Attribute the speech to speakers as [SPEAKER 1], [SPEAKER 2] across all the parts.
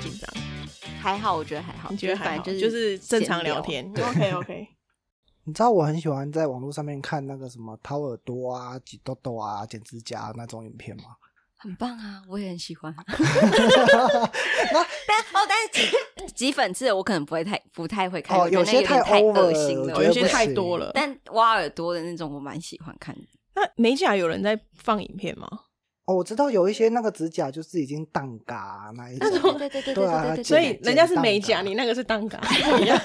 [SPEAKER 1] 紧张，还好，我觉得还好，
[SPEAKER 2] 你觉得还
[SPEAKER 1] 反
[SPEAKER 2] 好？
[SPEAKER 1] 正
[SPEAKER 2] 就是是正
[SPEAKER 1] 闲
[SPEAKER 2] 常聊
[SPEAKER 1] 聊
[SPEAKER 2] 天。
[SPEAKER 1] 对
[SPEAKER 2] OK OK，
[SPEAKER 3] 你知道我很喜欢在网络上面看那个什么掏耳朵啊、挤痘痘啊、剪指甲那种影片吗？
[SPEAKER 1] 很棒啊， 我也很喜 欢。
[SPEAKER 3] 那
[SPEAKER 1] 但哦，但是挤 挤粉刺的我可能不会太不太会看，
[SPEAKER 3] 哦
[SPEAKER 1] 我觉得
[SPEAKER 3] 有
[SPEAKER 1] 那
[SPEAKER 3] 些
[SPEAKER 1] 个
[SPEAKER 3] 太
[SPEAKER 1] 点太
[SPEAKER 3] over
[SPEAKER 1] 恶
[SPEAKER 3] 了
[SPEAKER 1] 心
[SPEAKER 3] 我
[SPEAKER 1] 了，
[SPEAKER 3] 觉
[SPEAKER 1] 我
[SPEAKER 3] 得
[SPEAKER 2] 有些
[SPEAKER 1] 觉
[SPEAKER 3] 不
[SPEAKER 1] 得
[SPEAKER 2] 太
[SPEAKER 3] 行
[SPEAKER 2] 多了。
[SPEAKER 1] 但挖耳朵的那种我蛮喜欢看的。
[SPEAKER 2] 那美甲有人在放影片吗？
[SPEAKER 3] 哦，我知道有一些那个指甲就是已经荡嘎、啊那一
[SPEAKER 1] 对
[SPEAKER 3] 种。
[SPEAKER 1] 对对对
[SPEAKER 3] 对啊
[SPEAKER 1] 对对，
[SPEAKER 2] 所
[SPEAKER 3] 所
[SPEAKER 2] 以
[SPEAKER 3] 以
[SPEAKER 2] 人
[SPEAKER 3] 人
[SPEAKER 2] 家
[SPEAKER 3] 家
[SPEAKER 2] 是
[SPEAKER 3] 是
[SPEAKER 2] 美
[SPEAKER 3] 美
[SPEAKER 2] 甲，
[SPEAKER 3] 甲
[SPEAKER 2] 你那个是当嘎， 不一样，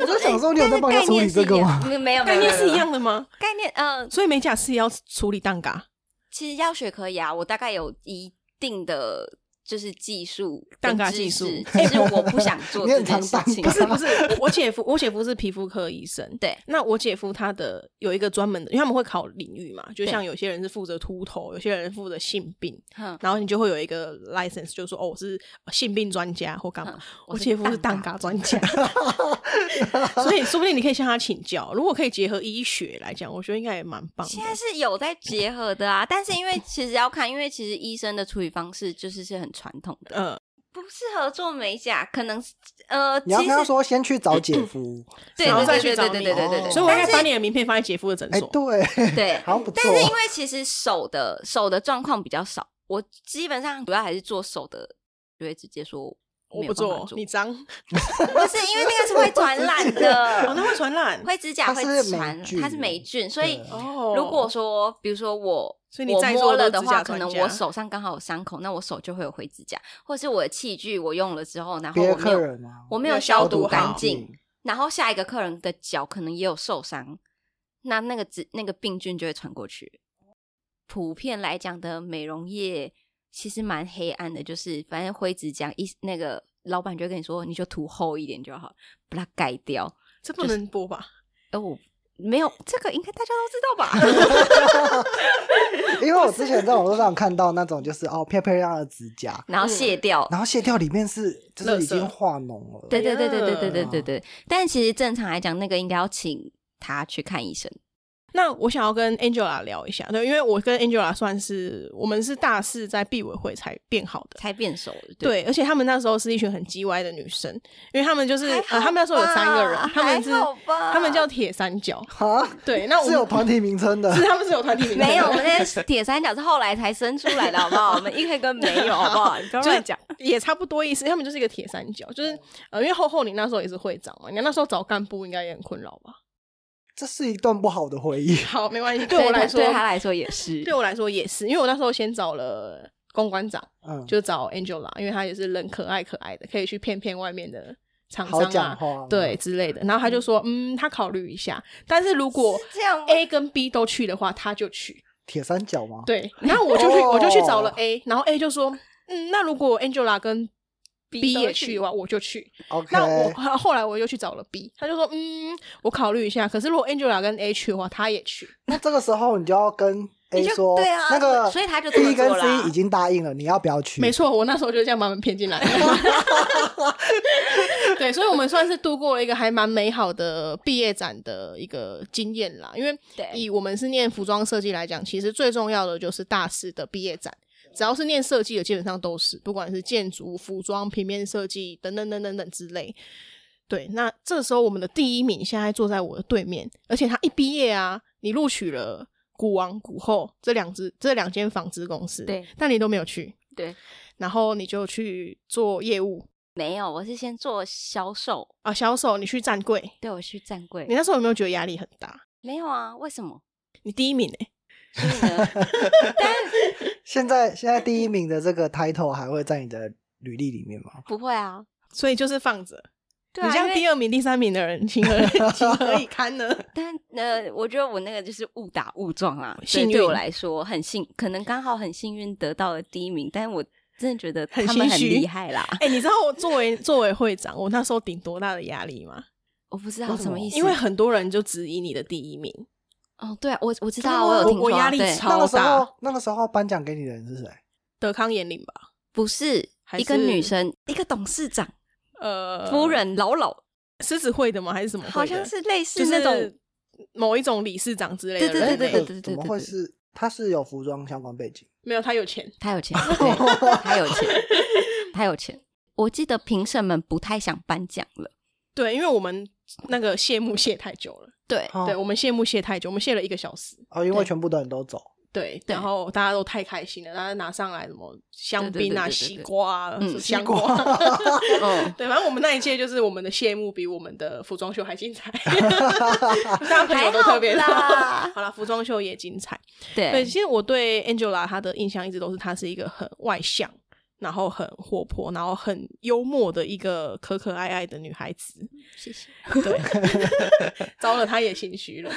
[SPEAKER 3] 我就想说，你有在帮人家处理这个吗？
[SPEAKER 1] 没有没有，
[SPEAKER 2] 概念
[SPEAKER 1] 没有
[SPEAKER 2] 是一。样的吗？
[SPEAKER 1] 概念，嗯，
[SPEAKER 2] 所以美甲是要处理当嘎，
[SPEAKER 1] 其实药学可以啊，我大概有一定的就是技术
[SPEAKER 2] 蛋
[SPEAKER 1] 跟
[SPEAKER 2] 嘎
[SPEAKER 1] 知
[SPEAKER 2] 技术
[SPEAKER 1] 识只是我不想做
[SPEAKER 3] 你
[SPEAKER 1] 这
[SPEAKER 3] 很
[SPEAKER 1] 件
[SPEAKER 3] 常
[SPEAKER 1] 事情。
[SPEAKER 2] 不
[SPEAKER 3] 蛋嘎
[SPEAKER 2] 是不是， 我我姐夫我姐夫是皮肤科医生，
[SPEAKER 1] 对。
[SPEAKER 2] 那我姐夫他的有一个专门的，因为他们会考领域嘛，就
[SPEAKER 1] 对
[SPEAKER 2] 像有些人是负责秃头，有些人负责性病，
[SPEAKER 1] 哼，
[SPEAKER 2] 然后你就会有一个 license，就说哦，我是性病专家或干嘛
[SPEAKER 1] 嗯。
[SPEAKER 2] 我
[SPEAKER 1] 我是
[SPEAKER 2] 姐夫是
[SPEAKER 1] 蛋
[SPEAKER 2] 蛋
[SPEAKER 1] 嘎
[SPEAKER 2] 嘎专 家，所以说不定你可以向他请教。如果可以结合医学来讲，我觉得应该也蛮棒的
[SPEAKER 1] 现。在是有在结合的啊，但是 因为其实要看，因为其实医生的处理方式就是是很传统的，
[SPEAKER 2] 呃，
[SPEAKER 1] 不适合做美甲，可能是呃，
[SPEAKER 3] 你要
[SPEAKER 1] 其
[SPEAKER 3] 跟
[SPEAKER 1] 实
[SPEAKER 3] 他说先去找姐夫。
[SPEAKER 1] 对
[SPEAKER 2] 然后
[SPEAKER 1] 对
[SPEAKER 2] 再
[SPEAKER 1] 对
[SPEAKER 2] 去
[SPEAKER 1] 对
[SPEAKER 2] 找
[SPEAKER 1] 对
[SPEAKER 2] 你
[SPEAKER 1] 对对对对
[SPEAKER 3] 哦
[SPEAKER 1] 对，
[SPEAKER 2] 所以我应
[SPEAKER 1] 但
[SPEAKER 2] 该
[SPEAKER 1] 是
[SPEAKER 2] 把你的名片放在姐夫的诊
[SPEAKER 3] 哎、
[SPEAKER 2] 所。
[SPEAKER 3] 对，
[SPEAKER 1] 对
[SPEAKER 3] 好像不
[SPEAKER 1] 但
[SPEAKER 3] 错哦
[SPEAKER 1] 是。因为其实手的手的状况比较少，我基本上主要还是做手的，就会直接说
[SPEAKER 2] 我
[SPEAKER 1] 没
[SPEAKER 2] 不
[SPEAKER 1] 有办法
[SPEAKER 2] 做，你 脏，
[SPEAKER 1] 不是因为那 个是会传染
[SPEAKER 2] 哦，那
[SPEAKER 1] 的，
[SPEAKER 2] 会传染。
[SPEAKER 1] 会指甲
[SPEAKER 3] 它
[SPEAKER 1] 会
[SPEAKER 3] 是霉
[SPEAKER 1] 传，
[SPEAKER 3] 菌
[SPEAKER 1] 它是霉菌，所以
[SPEAKER 3] 对
[SPEAKER 2] 哦，
[SPEAKER 1] 如果说比如说我。
[SPEAKER 2] 所以你
[SPEAKER 1] 我
[SPEAKER 2] 在座
[SPEAKER 1] 摸
[SPEAKER 2] 都
[SPEAKER 1] 了
[SPEAKER 2] 是
[SPEAKER 1] 的
[SPEAKER 2] 指
[SPEAKER 1] 话，
[SPEAKER 2] 甲
[SPEAKER 1] 可
[SPEAKER 2] 专
[SPEAKER 1] 能
[SPEAKER 2] 家
[SPEAKER 1] 我手上刚好有伤口，那我手就会有灰指甲，或是我的器具我用了之后，然后
[SPEAKER 3] 别
[SPEAKER 1] 我
[SPEAKER 3] 的
[SPEAKER 1] 没
[SPEAKER 3] 客
[SPEAKER 1] 有
[SPEAKER 3] 人啊，嗯
[SPEAKER 1] 我没
[SPEAKER 2] 没有
[SPEAKER 1] 有
[SPEAKER 2] 消
[SPEAKER 1] 消
[SPEAKER 2] 毒
[SPEAKER 1] 毒干
[SPEAKER 2] 好
[SPEAKER 1] 净，然后下一个客人的脚可能也有受伤，那那个指那个病菌就会传过去。普遍来讲的美容业其实蛮黑暗的，就是反正灰指甲一那个老板就会跟你说，你就涂厚一点就好，把它盖掉。
[SPEAKER 2] 这不能播吧？
[SPEAKER 1] 哎、我没有这个，应该大家都知道吧？
[SPEAKER 3] 因为我之前在网络上看到那种就是哦漂漂亮亮的指甲，
[SPEAKER 1] 然后卸 掉，
[SPEAKER 3] 然后卸掉里面是就是已经化脓了。
[SPEAKER 1] 对对对
[SPEAKER 2] 哎呀
[SPEAKER 1] 对对对对对对。但其实正常来讲，那个应该要请他去看医生。
[SPEAKER 2] 那我想要跟 Angela 聊一下，对，因为我跟 Angela 算是我们是大四在毕委会才变好的。
[SPEAKER 1] 才变熟的，
[SPEAKER 2] 对，而且她们那时候是一群很叽歪的女生，因为她们就是
[SPEAKER 1] 还好
[SPEAKER 2] 呃，她们那时候有三个人
[SPEAKER 1] 吧，
[SPEAKER 2] 她们是
[SPEAKER 1] 还好吧
[SPEAKER 2] 她们叫铁三角。
[SPEAKER 3] 啊，
[SPEAKER 2] 对，那我
[SPEAKER 3] 是有团体名称的
[SPEAKER 2] 是。她们是有团体名称的，
[SPEAKER 1] 没有，我们那些铁三角是后来才生出来的，好不好？我们一黑跟没有，好不好？你不要
[SPEAKER 2] 就是
[SPEAKER 1] 乱讲。哦
[SPEAKER 2] 也差不多意思。他们就是一个铁三角，就是呃，因为厚厚你那时候也是会长嘛，你那时候找干部应该也很困扰吧？
[SPEAKER 3] 这是一段不好的回忆。
[SPEAKER 2] 好，没关系，对我来说，
[SPEAKER 1] 对他来说也是。
[SPEAKER 2] 对我来说也是，因为我那时候先找了公关长，
[SPEAKER 3] 嗯，
[SPEAKER 2] 就找 Angela，因为她也是人可爱可爱的，可以去骗骗外面的厂
[SPEAKER 3] 好
[SPEAKER 2] 商
[SPEAKER 3] 讲
[SPEAKER 2] 啊，
[SPEAKER 3] 话。
[SPEAKER 2] 对，之类的。然后他就说，嗯，他考虑一下，但是如果
[SPEAKER 1] 这样吗
[SPEAKER 2] A 跟 B 都去的话，他就去。
[SPEAKER 3] 铁三角吗？，
[SPEAKER 2] 对，然后我就去，我就去找了
[SPEAKER 3] 哦
[SPEAKER 2] A，然后 A 就说，嗯，那如果 Angela 跟 B
[SPEAKER 1] 都
[SPEAKER 2] 也
[SPEAKER 1] 去
[SPEAKER 2] 去的话，我就去。
[SPEAKER 3] ，OK。
[SPEAKER 2] 那我后后来我又去找了 B，他就说，嗯，我考虑一下。可是如果 Angela 跟 A 去的话，他也去。
[SPEAKER 3] 那这个时候你就要跟 A
[SPEAKER 1] 你就
[SPEAKER 3] 说，
[SPEAKER 1] 对啊
[SPEAKER 3] 那个
[SPEAKER 1] 所以他就这么
[SPEAKER 3] B 跟
[SPEAKER 1] 做啦
[SPEAKER 3] C 已经答应了，你要不要去？
[SPEAKER 2] 没错，我那时候就是这样把他们骗进来的。对，所以我们算是度过了一个还蛮美好的毕业展的一个经验啦。因为
[SPEAKER 1] 对
[SPEAKER 2] 以我们是念服装设计来讲，其实最重要的就是大四的毕业展。只要是念设计的，基本上都是，不管是建筑、服装、平面设计等等等等等之类。对，那这时候我们的第一名现在坐在我的对面，而且他一毕业啊，你录取了古王、古后这两支这两间纺织公司，
[SPEAKER 1] 对，
[SPEAKER 2] 但你都没有去，
[SPEAKER 1] 对，
[SPEAKER 2] 然后你就去做业务
[SPEAKER 1] 没有，我是先做销售，
[SPEAKER 2] 啊，销售，你去站柜。
[SPEAKER 1] 对我去站柜
[SPEAKER 2] 你。那时候有没有觉得压力很大？
[SPEAKER 1] 没有啊？为什么？
[SPEAKER 2] 你第一名哎、
[SPEAKER 1] 所以呢，
[SPEAKER 3] 现在现在第一名的这个 title 还会在你的履历里面吗？
[SPEAKER 1] 不会啊。
[SPEAKER 2] 所以就是放着。
[SPEAKER 1] 对啊，
[SPEAKER 2] 你像
[SPEAKER 1] 因为
[SPEAKER 2] 第二名、第三名的人，情 何情何以堪呢？
[SPEAKER 1] 但呃，我觉得我那个就是误打误撞啦，所以
[SPEAKER 2] 幸运
[SPEAKER 1] 对我来说很幸，可能刚好很幸运得到了第一名，但我真的觉得
[SPEAKER 2] 很
[SPEAKER 1] 他们
[SPEAKER 2] 心
[SPEAKER 1] 很
[SPEAKER 2] 虚
[SPEAKER 1] 厉害啦。
[SPEAKER 2] 哎、你知道我作为作为会长，我那时候顶多大的压力吗？
[SPEAKER 1] 我不知
[SPEAKER 3] 为
[SPEAKER 1] 道
[SPEAKER 3] 什
[SPEAKER 1] 什么
[SPEAKER 3] 么
[SPEAKER 1] 意思，
[SPEAKER 2] 因为很多人就质疑你的第一名，
[SPEAKER 1] 哦，对啊，我我知
[SPEAKER 2] 真的
[SPEAKER 1] 道，我有
[SPEAKER 2] 吗
[SPEAKER 1] 听
[SPEAKER 2] 我
[SPEAKER 1] 说
[SPEAKER 2] 我压
[SPEAKER 1] 啊，
[SPEAKER 2] 力
[SPEAKER 1] 对，
[SPEAKER 2] 超
[SPEAKER 3] 那个时
[SPEAKER 2] 大
[SPEAKER 3] 候那个时候颁奖给你的人是谁？
[SPEAKER 2] 德康眼领吧？
[SPEAKER 1] 不是
[SPEAKER 2] 还
[SPEAKER 1] 一个女
[SPEAKER 2] 是
[SPEAKER 1] 生，一个董事长
[SPEAKER 2] 呃，
[SPEAKER 1] 夫人老老，
[SPEAKER 2] 狮子会的吗？还是什么会的？
[SPEAKER 1] 好像是类似
[SPEAKER 2] 就是
[SPEAKER 1] 那 种，
[SPEAKER 2] 某一种理事长之类的
[SPEAKER 1] 对
[SPEAKER 2] 人
[SPEAKER 1] 对
[SPEAKER 2] 欸。
[SPEAKER 1] 对对对对对
[SPEAKER 3] 怎么会是？他是有服装相关背景，
[SPEAKER 2] 没有他有钱。
[SPEAKER 1] 她有钱，对她有钱，她有钱。我记得评审们不太想颁奖了，
[SPEAKER 2] 对，因为我们那个谢幕谢太久了，
[SPEAKER 1] 对
[SPEAKER 3] 哦
[SPEAKER 2] 对我们谢幕谢太久，我们谢了一个小时，
[SPEAKER 3] 哦，因为
[SPEAKER 1] 对
[SPEAKER 3] 全部的人都走，
[SPEAKER 2] 对，
[SPEAKER 1] 对
[SPEAKER 2] 然后大家都太开心了，大家拿上来什么香
[SPEAKER 1] 对对
[SPEAKER 2] 槟啊、
[SPEAKER 1] 对对对
[SPEAKER 2] 西
[SPEAKER 1] 对
[SPEAKER 2] 瓜啊、
[SPEAKER 1] 嗯
[SPEAKER 2] 是
[SPEAKER 3] 西
[SPEAKER 2] 香
[SPEAKER 3] 瓜
[SPEAKER 1] 嗯，
[SPEAKER 2] 对，反正我们那一届就是我们的谢幕比我们的服装秀还精 彩，大家朋友都特别多。
[SPEAKER 1] 还好啦
[SPEAKER 2] 好啦，服装秀也精彩。 对，
[SPEAKER 1] 对，
[SPEAKER 2] 其实我对 Angela 她的印象一直都是她是一个很外向，然后很活泼，然后很幽默的一个可可爱爱的女孩子。
[SPEAKER 1] 谢谢。
[SPEAKER 2] 对，糟了，她也心虚 了。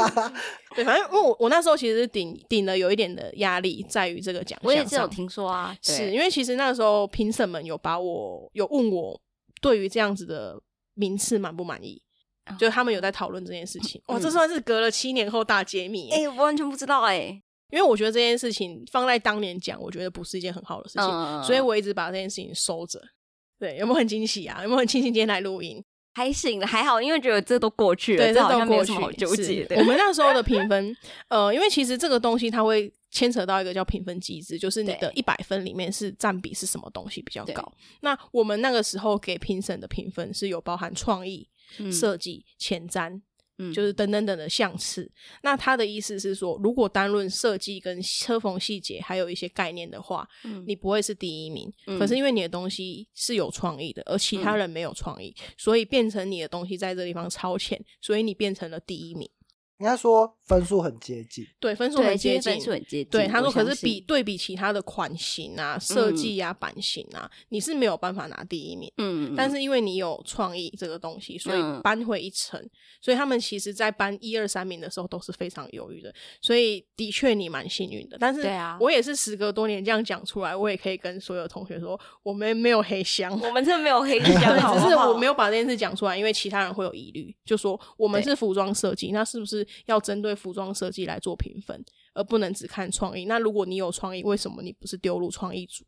[SPEAKER 2] 对，反正因为我我那时候其实是顶顶了有一点的压力，在于这个奖项上。
[SPEAKER 1] 我也是有听说啊，对
[SPEAKER 2] 是因为其实那时候评审们有把我有问我对于这样子的名次满不满意，
[SPEAKER 1] 哦
[SPEAKER 2] 就是他们有在讨论这件事 情。哇，
[SPEAKER 1] 嗯
[SPEAKER 2] 这算是隔了七年后大揭秘耶、
[SPEAKER 1] 哎、我完全不知道哎、
[SPEAKER 2] 因为我觉得这件事情放在当年讲，我觉得不是一件很好的事情，
[SPEAKER 1] 嗯
[SPEAKER 2] 所以我一直把这件事情收着。对，有没有很惊喜啊？有没有很庆幸今天来录音？
[SPEAKER 1] 还行，还好，因为觉得这都过去了，
[SPEAKER 2] 对，
[SPEAKER 1] 啊这
[SPEAKER 2] 这
[SPEAKER 1] 好
[SPEAKER 2] 都
[SPEAKER 1] 像没有
[SPEAKER 2] 过
[SPEAKER 1] 什
[SPEAKER 2] 去
[SPEAKER 1] 么好纠
[SPEAKER 2] 是
[SPEAKER 1] 结的。
[SPEAKER 2] 我们那时候的评分，呃，因为其实这个东西它会牵扯到一个叫评分机制，就是你的一百分里面是占比是什么东西比较
[SPEAKER 1] 对
[SPEAKER 2] 高。那我们那个时候给评审的评分是有包含创意、
[SPEAKER 1] 嗯
[SPEAKER 2] 设计、前瞻。
[SPEAKER 1] 嗯
[SPEAKER 2] 就是等等等的项次，那他的意思是说，如果单论设计跟车缝细节，还有一些概念的话，
[SPEAKER 1] 嗯
[SPEAKER 2] 你不会是第一名。
[SPEAKER 1] 嗯
[SPEAKER 2] 可是因为你的东西是有创意的，而其他人没有创意，所以变成你的东西在这地方超前，所以你变成了第一名。
[SPEAKER 3] 应该说分数很接近，
[SPEAKER 2] 对，分数
[SPEAKER 1] 对，
[SPEAKER 2] 很
[SPEAKER 1] 其
[SPEAKER 2] 接
[SPEAKER 1] 实
[SPEAKER 2] 近
[SPEAKER 1] 分。数很接近。
[SPEAKER 2] 对，他说，
[SPEAKER 1] 我
[SPEAKER 2] 可是
[SPEAKER 1] 相信
[SPEAKER 2] 比对比其他的款型啊、设计啊、版型啊，你是没有办法拿第一名。
[SPEAKER 1] 嗯，
[SPEAKER 2] 但
[SPEAKER 1] 是
[SPEAKER 2] 是因为你有创意这个东西，所以
[SPEAKER 1] 嗯
[SPEAKER 2] 扳回一城。所以他们其实，在扳一二三名的时候都是非常犹豫的。所以的确你蛮幸运的，但是
[SPEAKER 1] 对啊
[SPEAKER 2] 我也是时隔多年这样讲出来，我也可以跟所有同学说，我们没有黑箱。
[SPEAKER 1] 我们真的没有 黑箱，好
[SPEAKER 2] 对，
[SPEAKER 1] 不
[SPEAKER 2] 只是我
[SPEAKER 1] 好
[SPEAKER 2] 没有把这件事讲出来，因为其他人会有疑虑，就说我们
[SPEAKER 1] 对
[SPEAKER 2] 是服装设计，那是不是要针对服装设计来做评分，而不能只看创意？那如果你有创意，为什么你不是丢入创意组？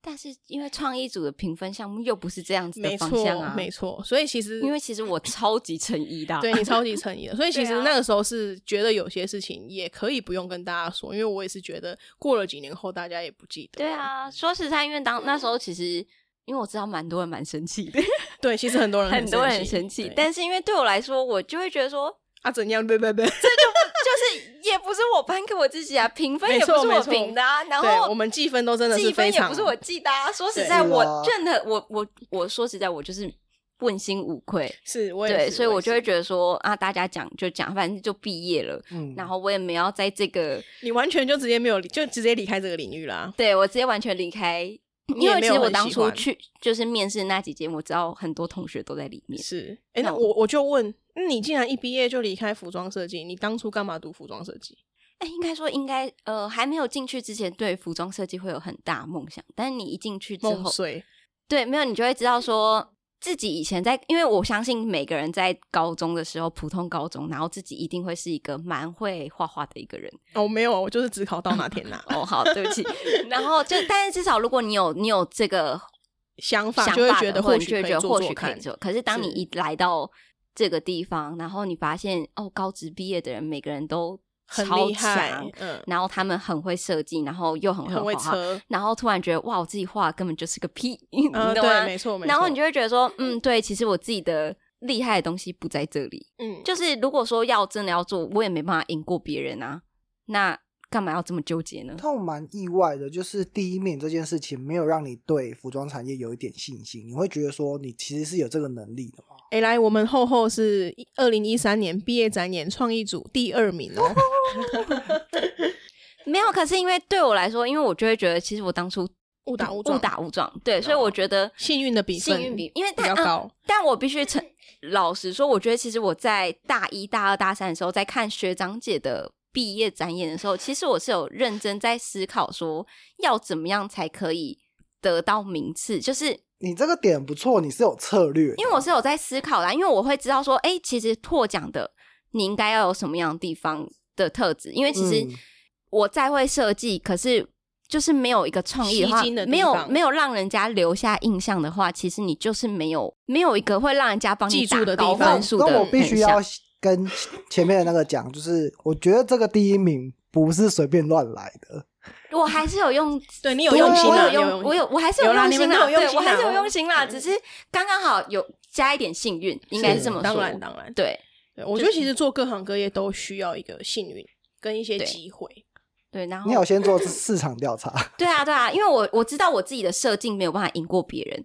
[SPEAKER 1] 但是因为创意组的评分项目又不是这样子的
[SPEAKER 2] 没
[SPEAKER 1] 方
[SPEAKER 2] 错
[SPEAKER 1] 向啊，，
[SPEAKER 2] 没错。所以其实
[SPEAKER 1] 因为其实我超级诚意的啊，
[SPEAKER 2] 对你超级诚意的，所以其
[SPEAKER 1] 对
[SPEAKER 2] 实
[SPEAKER 1] 啊
[SPEAKER 2] 那个时候是觉得有些事情也可以不用跟大家说，因为我也是觉得过了几年后大家也不记得。
[SPEAKER 1] 对，啊，说实在，因为当那时候其实。因为我知道蛮多人蛮生气的，
[SPEAKER 2] 对，其实很多人
[SPEAKER 1] 很多人很
[SPEAKER 2] 很
[SPEAKER 1] 生气
[SPEAKER 2] 对，
[SPEAKER 1] 但是因为对我来说，我就会觉得说，
[SPEAKER 2] 啊怎样？对对对，
[SPEAKER 1] 就是也不是我颁给我自己啊，评分
[SPEAKER 2] 没
[SPEAKER 1] 也不
[SPEAKER 2] 错
[SPEAKER 1] 是
[SPEAKER 2] 没
[SPEAKER 1] 我
[SPEAKER 2] 错
[SPEAKER 1] 评的啊，然
[SPEAKER 2] 对
[SPEAKER 1] 后
[SPEAKER 2] 我们计分都真的
[SPEAKER 1] 记
[SPEAKER 2] 是非
[SPEAKER 1] 分也
[SPEAKER 2] 常
[SPEAKER 1] 不是我记的啊。说实
[SPEAKER 2] 对
[SPEAKER 1] 在，
[SPEAKER 3] 是啊
[SPEAKER 1] 我真的，我我我说实在，我就是问心无愧。
[SPEAKER 2] 是我也
[SPEAKER 1] 对，
[SPEAKER 2] 是
[SPEAKER 1] 所以我
[SPEAKER 2] 也
[SPEAKER 1] 就是会觉得说啊，大家讲就讲，反正就毕业了，
[SPEAKER 3] 嗯，
[SPEAKER 1] 然后我也没有在这个，
[SPEAKER 2] 你完全就直接没有，就直接离开这个领域啦。
[SPEAKER 1] 对我直接完全离开。
[SPEAKER 2] 你
[SPEAKER 1] 因
[SPEAKER 2] 也
[SPEAKER 1] 为
[SPEAKER 2] 没
[SPEAKER 1] 其
[SPEAKER 2] 有
[SPEAKER 1] 实我
[SPEAKER 2] 很
[SPEAKER 1] 当
[SPEAKER 2] 喜
[SPEAKER 1] 初
[SPEAKER 2] 欢
[SPEAKER 1] 去就是面试那几间，我知道很多同学都在里面。
[SPEAKER 2] 是，哎、那
[SPEAKER 1] 那
[SPEAKER 2] 我我就问，嗯你竟然一毕业就离开服装设计，你当初干嘛读服装设计？
[SPEAKER 1] 哎，应该说应该呃，还没有进去之前，对服装设计会有很大梦想，但是你一进去之
[SPEAKER 2] 梦
[SPEAKER 1] 后，
[SPEAKER 2] 碎，
[SPEAKER 1] 对，没有你就会知道说自己以前在，因为我相信每个人在高中的时候，普通高中，然后自己一定会是一个蛮会画画的一个人。。
[SPEAKER 2] 哦，没有，我就是只考到哪天哪
[SPEAKER 1] 哦，好，对不 起。然后就，但是至少如果你有你有这个
[SPEAKER 2] 想法
[SPEAKER 1] 想
[SPEAKER 2] 就会
[SPEAKER 1] 法
[SPEAKER 2] 觉
[SPEAKER 1] 的
[SPEAKER 2] 得
[SPEAKER 1] 或
[SPEAKER 2] 或
[SPEAKER 1] 许
[SPEAKER 2] 许
[SPEAKER 1] 就
[SPEAKER 2] 可
[SPEAKER 1] 会
[SPEAKER 2] 以
[SPEAKER 1] 觉得
[SPEAKER 2] 做
[SPEAKER 1] 或
[SPEAKER 2] 做
[SPEAKER 1] 许可以
[SPEAKER 2] 看
[SPEAKER 1] 做。可是当你
[SPEAKER 2] 是
[SPEAKER 1] 一来到这个地方，然后你发现哦，高职毕业的人每个人都
[SPEAKER 2] 很
[SPEAKER 1] 超
[SPEAKER 2] 厉害
[SPEAKER 1] 强，，
[SPEAKER 2] 嗯，
[SPEAKER 1] 然后他们很会设计，然后又很
[SPEAKER 2] 很会
[SPEAKER 1] 会画画，
[SPEAKER 2] 车，
[SPEAKER 1] 然后突然觉得哇，我自己画根本就是个屁，你懂
[SPEAKER 2] 嗯、
[SPEAKER 1] 吗？
[SPEAKER 2] 对，没错，没错。
[SPEAKER 1] 然后你就会觉得说，嗯，对，其实我自己的厉害的东西不在这里。
[SPEAKER 2] 嗯，
[SPEAKER 1] 就是如果说要真的要做，我也没办法赢过别人啊，那干嘛要这么纠结呢？
[SPEAKER 3] 但我蛮意外的，就是第一面这件事情没有让你对服装产业有一点信心，你会觉得说你其实是有这个能力的嘛？
[SPEAKER 2] 哎、来，我们厚厚是二零一三年毕业展演创意组第二名哦。
[SPEAKER 1] 没有，可是因为对我来说，因为我就会觉得，其实我当初
[SPEAKER 2] 误打误撞 哦
[SPEAKER 1] 误打误撞，对，所以我觉得
[SPEAKER 2] 幸运的比分
[SPEAKER 1] 幸运比，因为
[SPEAKER 2] 比
[SPEAKER 1] 但
[SPEAKER 2] 较高
[SPEAKER 1] 嗯但我必须承老实说，我觉得其实我在大一、大二、大三的时候，在看学长姐的毕业展演的时候，其实我是有认真在思考说，要怎么样才可以得到名次，就是
[SPEAKER 3] 你这个点不错，你是有策略的，
[SPEAKER 1] 因为我是有在思考啦，因为我会知道说，哎、其实获奖的你应该要有什么样的地方的特质，因为其实
[SPEAKER 3] 嗯
[SPEAKER 1] 我再会设计，可是就是没有一个创意的话，
[SPEAKER 2] 吸睛的地
[SPEAKER 1] 没有
[SPEAKER 2] 方
[SPEAKER 1] 没有让人家留下印象的话，其实你就是没有没有一个会让人家帮你
[SPEAKER 2] 记住
[SPEAKER 1] 打
[SPEAKER 2] 的地
[SPEAKER 1] 高
[SPEAKER 2] 方
[SPEAKER 1] 分数的
[SPEAKER 3] 那
[SPEAKER 1] 选项。
[SPEAKER 3] 我必须要跟前面的那个讲，就是我觉得这个第一名不是随便乱来的，
[SPEAKER 1] 我还是有用，
[SPEAKER 2] 对你有
[SPEAKER 1] 我
[SPEAKER 2] 用
[SPEAKER 1] 我
[SPEAKER 2] 心啊
[SPEAKER 1] 有
[SPEAKER 2] 有用
[SPEAKER 1] 用，我有，我还是有
[SPEAKER 2] 有啦
[SPEAKER 1] 用
[SPEAKER 2] 你们
[SPEAKER 1] 心
[SPEAKER 2] 都有用
[SPEAKER 1] 对我
[SPEAKER 2] 心啊
[SPEAKER 1] 还是有用心啦，只是刚刚好有加一点幸运，应该是这么说。
[SPEAKER 2] 当然，当然，
[SPEAKER 1] 对
[SPEAKER 2] 对我觉得其实做各行各业都需要一个幸运跟一些
[SPEAKER 1] 对
[SPEAKER 2] 机会。
[SPEAKER 1] 对，然后
[SPEAKER 3] 你有先做市场调查，
[SPEAKER 1] 对啊，对啊，因为我我知道我自己的设计没有办法赢过别人，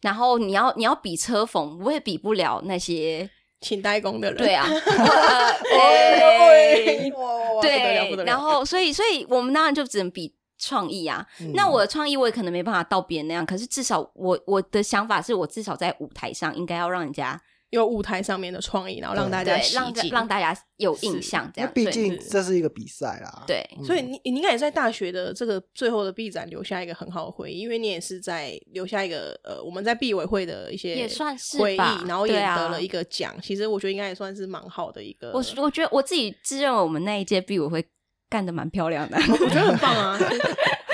[SPEAKER 1] 然后你要你要比车缝，我也比不了那些。
[SPEAKER 2] 请代工的人，
[SPEAKER 1] 对啊，呃
[SPEAKER 2] 哎
[SPEAKER 1] 哎
[SPEAKER 2] 哇， 不得了，不
[SPEAKER 1] 对
[SPEAKER 2] 得，了。
[SPEAKER 1] 然后所以所以我们当然就只能比创意啊。
[SPEAKER 3] 嗯
[SPEAKER 1] 那我的创意我也可能没办法到别人那样，可是至少我我的想法是我至少在舞台上应该要让人家
[SPEAKER 2] 有舞台上面的创意，然后让大家
[SPEAKER 1] 嗯对
[SPEAKER 2] 洗
[SPEAKER 1] 让
[SPEAKER 2] 净。
[SPEAKER 1] 让大家有
[SPEAKER 2] 是
[SPEAKER 1] 印象这
[SPEAKER 3] 因为
[SPEAKER 1] 样。
[SPEAKER 3] 毕
[SPEAKER 1] 所以
[SPEAKER 3] 竟这是一个比赛啦。
[SPEAKER 1] 对
[SPEAKER 3] 嗯，
[SPEAKER 2] 所以你你应该也在大学的这个最后的毕展留下一个很好的回忆，因为你也是在留下一个呃我们在毕委会的一些
[SPEAKER 1] 也算是
[SPEAKER 2] 回忆，
[SPEAKER 1] 吧
[SPEAKER 2] 然后也
[SPEAKER 1] 对啊
[SPEAKER 2] 得了一个奖。其实我觉得应该也算是蛮好的一个，
[SPEAKER 1] 我我觉得我自己自认为我们那一届毕委会干的蛮漂 亮的。
[SPEAKER 2] 我觉得很棒 啊。就是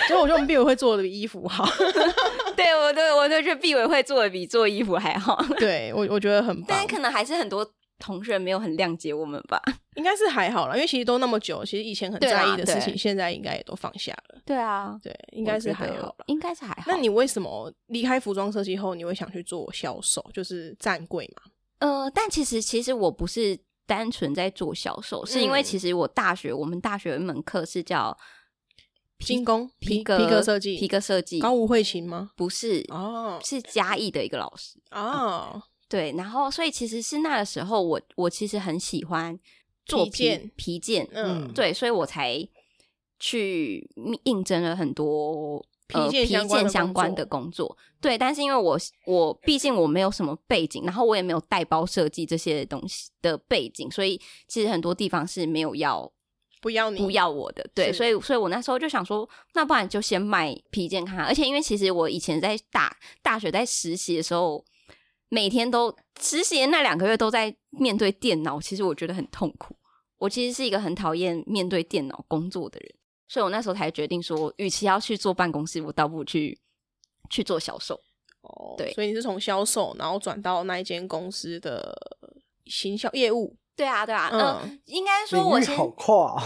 [SPEAKER 2] 所以我觉得我们毕委会做的比衣服好，
[SPEAKER 1] 对，我对我对，去毕委会做的比做衣服还好，
[SPEAKER 2] 对我我觉得很棒。
[SPEAKER 1] 但是可能还是很多同学没有很谅解我们吧。
[SPEAKER 2] 应该是还好啦，因为其实都那么久，其实以前很
[SPEAKER 1] 对
[SPEAKER 2] 在
[SPEAKER 1] 啊
[SPEAKER 2] 意的事情，
[SPEAKER 1] 对
[SPEAKER 2] 现在应该也都放下了。
[SPEAKER 1] 对啊，
[SPEAKER 2] 对，应该是还好啦。
[SPEAKER 1] 应该是还好。
[SPEAKER 2] 那你为什么离开服装设计后，你会想去做销售，就是站柜嘛？
[SPEAKER 1] 呃，但其实其实我不是单纯在做销售，是因为
[SPEAKER 2] 嗯
[SPEAKER 1] 其实我大学我们大学有一门课是叫
[SPEAKER 2] 精工皮
[SPEAKER 1] 皮革
[SPEAKER 2] 皮革设计
[SPEAKER 1] 皮革设计
[SPEAKER 2] 高无慧琴吗？
[SPEAKER 1] 不是
[SPEAKER 2] 哦
[SPEAKER 1] 是嘉义的一个老师。啊
[SPEAKER 2] 哦，
[SPEAKER 1] 对，然后所以其实是那个时候我，我其实很喜欢做
[SPEAKER 2] 皮件
[SPEAKER 1] 皮件，
[SPEAKER 2] 嗯
[SPEAKER 3] 嗯，
[SPEAKER 1] 对，所以我才去应征了很多呃
[SPEAKER 2] 皮件
[SPEAKER 1] 皮
[SPEAKER 2] 相关的
[SPEAKER 1] 件相关的工作。对，但是因为我我毕竟我没有什么背景，然后我也没有带包设计这些东西的背景，所以其实很多地方是没有要
[SPEAKER 2] 不要你
[SPEAKER 1] 不要我的，对，
[SPEAKER 2] 是
[SPEAKER 1] 所以所以我那时候就想说，那不然就先卖皮件看看。而且因为其实我以前在大大学在实习的时候，每天都实习的那两个月都在面对电脑，其实我觉得很痛苦。我其实是一个很讨厌面对电脑工作的人，所以我那时候才决定说，与其要去做办公室，我倒不如去去做销售。
[SPEAKER 2] 哦，
[SPEAKER 1] 对
[SPEAKER 2] 所以你是从销售，然后转到那一间公司的行销业务，
[SPEAKER 1] 对啊，对啊，嗯、
[SPEAKER 2] 嗯，
[SPEAKER 1] 应该说我
[SPEAKER 3] 领域
[SPEAKER 1] 先
[SPEAKER 3] 好跨哦。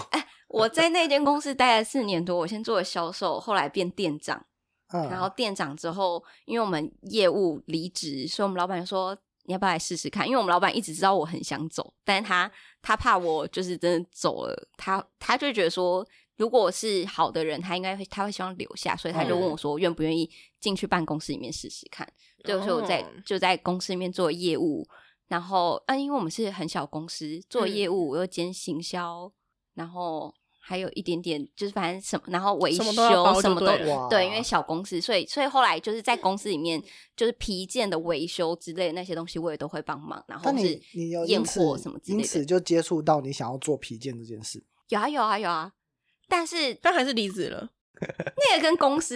[SPEAKER 1] 我在那间公司待了四年多，我先做了销售，后来变店长。
[SPEAKER 3] 嗯，
[SPEAKER 1] 然后店长之后，因为我们业务离职，所以我们老板就说你要不要来试试看？因为我们老板一直知道我很想走，但是他他怕我就是真的走了，他他就觉得说，如果我是好的人，他应该会他会希望留下，所以他就问我说，愿不愿意进去办公室里面试试看？对，所以我在
[SPEAKER 2] 哦
[SPEAKER 1] 就在公司里面做业务，然后啊，因为我们是很小公司，做业务我又兼行销，然后。还有一点点，就是反正什么，然后维
[SPEAKER 2] 什
[SPEAKER 1] 修
[SPEAKER 2] 么都要包就
[SPEAKER 1] 什么都
[SPEAKER 2] 对了
[SPEAKER 3] 哇，
[SPEAKER 1] 对，因为小公司，所以所以后来就是在公司里面，就是皮件的维修之类的那些东西，我也都会帮忙。然后
[SPEAKER 3] 但
[SPEAKER 1] 是
[SPEAKER 3] 你你有
[SPEAKER 1] 验
[SPEAKER 3] 因此
[SPEAKER 1] 货什么之类
[SPEAKER 3] 因此
[SPEAKER 1] 的，
[SPEAKER 3] 就接触到你想要做皮件这件事。
[SPEAKER 1] 有啊有啊有啊。但是
[SPEAKER 2] 但还是离职了，
[SPEAKER 1] 那个跟公司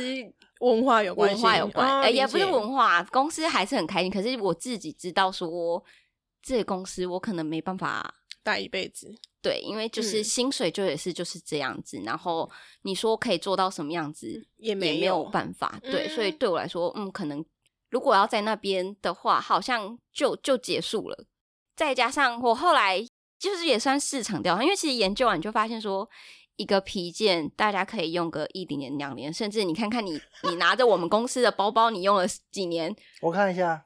[SPEAKER 2] 文化有关
[SPEAKER 1] 文
[SPEAKER 2] 系，
[SPEAKER 1] 化有关，
[SPEAKER 2] 哦
[SPEAKER 1] 呃，也不
[SPEAKER 2] 理
[SPEAKER 1] 是，
[SPEAKER 2] 解
[SPEAKER 1] 文化，公司还是很开心。可是我自己知道说，这个公司我可能没办法。
[SPEAKER 2] 待一辈子，
[SPEAKER 1] 对，因为就是
[SPEAKER 2] 嗯
[SPEAKER 1] 薪水就也是就是这样子，然后你说可以做到什么样子，
[SPEAKER 2] 也
[SPEAKER 1] 也
[SPEAKER 2] 没
[SPEAKER 1] 没有办法。对，所以
[SPEAKER 2] 嗯
[SPEAKER 1] 对我来说，嗯，可能如果要在那边的话，好像就就结束了。再加上我后来就是也算市场调查，因为其实研究完你就发现说，一个皮件大家可以用个一零年、两年，甚至你看 看你你拿着我们公司的包包，你用了几年？
[SPEAKER 3] 我看一下，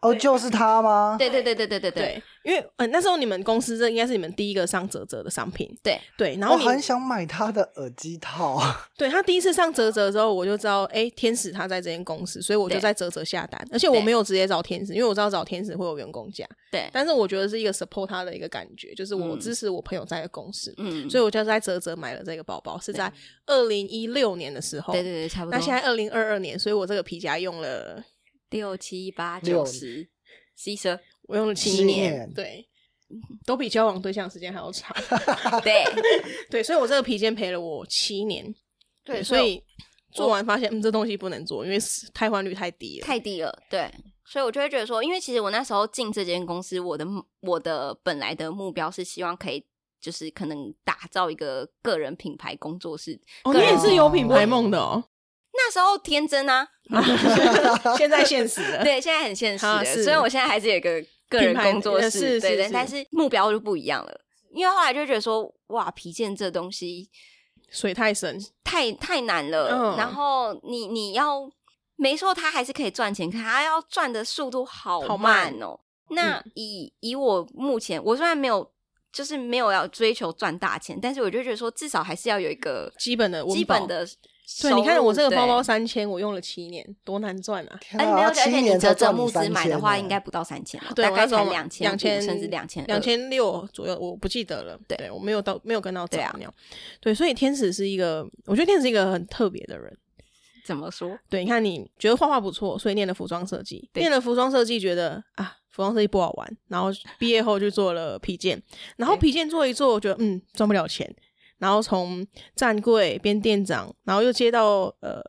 [SPEAKER 3] 哦，就是它吗？
[SPEAKER 1] 对对对对对对
[SPEAKER 2] 哦
[SPEAKER 1] 对
[SPEAKER 2] 对，因为呃那时候你们公司这应该是你们第一个上泽泽的商品，
[SPEAKER 1] 对
[SPEAKER 2] 对，然
[SPEAKER 3] 我
[SPEAKER 2] 后你
[SPEAKER 3] 很想买它的耳机套。
[SPEAKER 1] 啊
[SPEAKER 2] 对他第一次上泽泽之后，我就知道，哎、天使他在这间公司，所以我就
[SPEAKER 1] 对
[SPEAKER 2] 在泽泽下单，而且我没有直接找天使，因为我知道找天使会有员工价，
[SPEAKER 1] 对，
[SPEAKER 2] 但是我觉得是一个 support 他的一个感觉，就是我
[SPEAKER 1] 嗯
[SPEAKER 2] 支持我朋友在的公司，
[SPEAKER 1] 嗯，
[SPEAKER 2] 所以我就在泽泽买了这个包包，是在二零一六年的时候，
[SPEAKER 1] 对对对，差不多。
[SPEAKER 2] 哦那现在二零二二年，所以我这个皮夹用了，
[SPEAKER 1] 六七八
[SPEAKER 3] 六
[SPEAKER 1] 九十。C 蛇，
[SPEAKER 2] 我用了
[SPEAKER 3] 七
[SPEAKER 2] 七年，
[SPEAKER 3] 年
[SPEAKER 2] 对。都比交往对象时间还要 长，
[SPEAKER 1] 对，
[SPEAKER 2] 对，所以我这个皮件陪了我七年，对，所以做完发现，嗯，这东西不能做，因为汰换率太低了，
[SPEAKER 1] 太低了，对，所以我就会觉得说，因为其实我那时候进这间公司，我的目我的本来的目标是希望可以就是可能打造一个个人品牌工作室，
[SPEAKER 2] 哦，你
[SPEAKER 1] 个人
[SPEAKER 2] 也是有品牌梦的 哦，
[SPEAKER 1] 那时候天真啊，
[SPEAKER 2] 现在现实了。
[SPEAKER 1] 对，现在很现实
[SPEAKER 2] 啊
[SPEAKER 1] 的，
[SPEAKER 2] 是
[SPEAKER 1] 所以我现在还是有一个个人
[SPEAKER 2] 品牌
[SPEAKER 1] 工作
[SPEAKER 2] 呃
[SPEAKER 1] 室，
[SPEAKER 2] 是
[SPEAKER 1] 对
[SPEAKER 2] 是
[SPEAKER 1] 对，
[SPEAKER 2] 是
[SPEAKER 1] 但是目标就不一样了，因为后来就觉得说，哇，皮件这东西
[SPEAKER 2] 水太深，
[SPEAKER 1] 太太难了。
[SPEAKER 2] 嗯
[SPEAKER 1] 然后你你要没错，他还是可以赚钱，可他要赚的速度好
[SPEAKER 2] 好慢嗯
[SPEAKER 1] 慢哦。那以、以我目前，我虽然没有就是没有要追求赚大钱，但是我就觉得说，至少还是要有一个
[SPEAKER 2] 基本的温
[SPEAKER 1] 基本
[SPEAKER 2] 饱
[SPEAKER 1] 的。
[SPEAKER 2] 对，你看我这个包包
[SPEAKER 1] 对，
[SPEAKER 2] 三千，我用了七年，多难赚啊！
[SPEAKER 3] 天
[SPEAKER 1] 而且
[SPEAKER 3] 啊，
[SPEAKER 1] 没有，
[SPEAKER 3] 他
[SPEAKER 1] 而且
[SPEAKER 3] 七
[SPEAKER 1] 你
[SPEAKER 3] 年
[SPEAKER 1] 折
[SPEAKER 3] 才
[SPEAKER 1] 折
[SPEAKER 3] 赚
[SPEAKER 1] 募
[SPEAKER 3] 你
[SPEAKER 1] 资
[SPEAKER 3] 三
[SPEAKER 1] 买的
[SPEAKER 3] 千
[SPEAKER 1] 话，
[SPEAKER 3] 呢
[SPEAKER 1] 应该不到三千了，
[SPEAKER 2] 对，
[SPEAKER 1] 哦大
[SPEAKER 2] 我
[SPEAKER 1] 概
[SPEAKER 2] 那时
[SPEAKER 1] 才
[SPEAKER 2] 候
[SPEAKER 1] 两千
[SPEAKER 2] 两千
[SPEAKER 1] 甚至两千
[SPEAKER 2] 两千六左右，我不记得了。
[SPEAKER 1] 对
[SPEAKER 2] 对，我没有到，没有跟到早
[SPEAKER 1] 对啊
[SPEAKER 2] 鸟。对，所以天使是一个，我觉得天使是一个很特别的人。
[SPEAKER 1] 怎么说？
[SPEAKER 2] 对，你看你觉得画画不错，所以念了服装设计，
[SPEAKER 1] 对
[SPEAKER 2] 念了服装设计觉得啊，服装设计不好玩，然后毕业后就做了皮件，然后
[SPEAKER 1] 对
[SPEAKER 2] 皮件做一做，我觉得嗯赚不了钱，然后从站柜变店长，然后又接到呃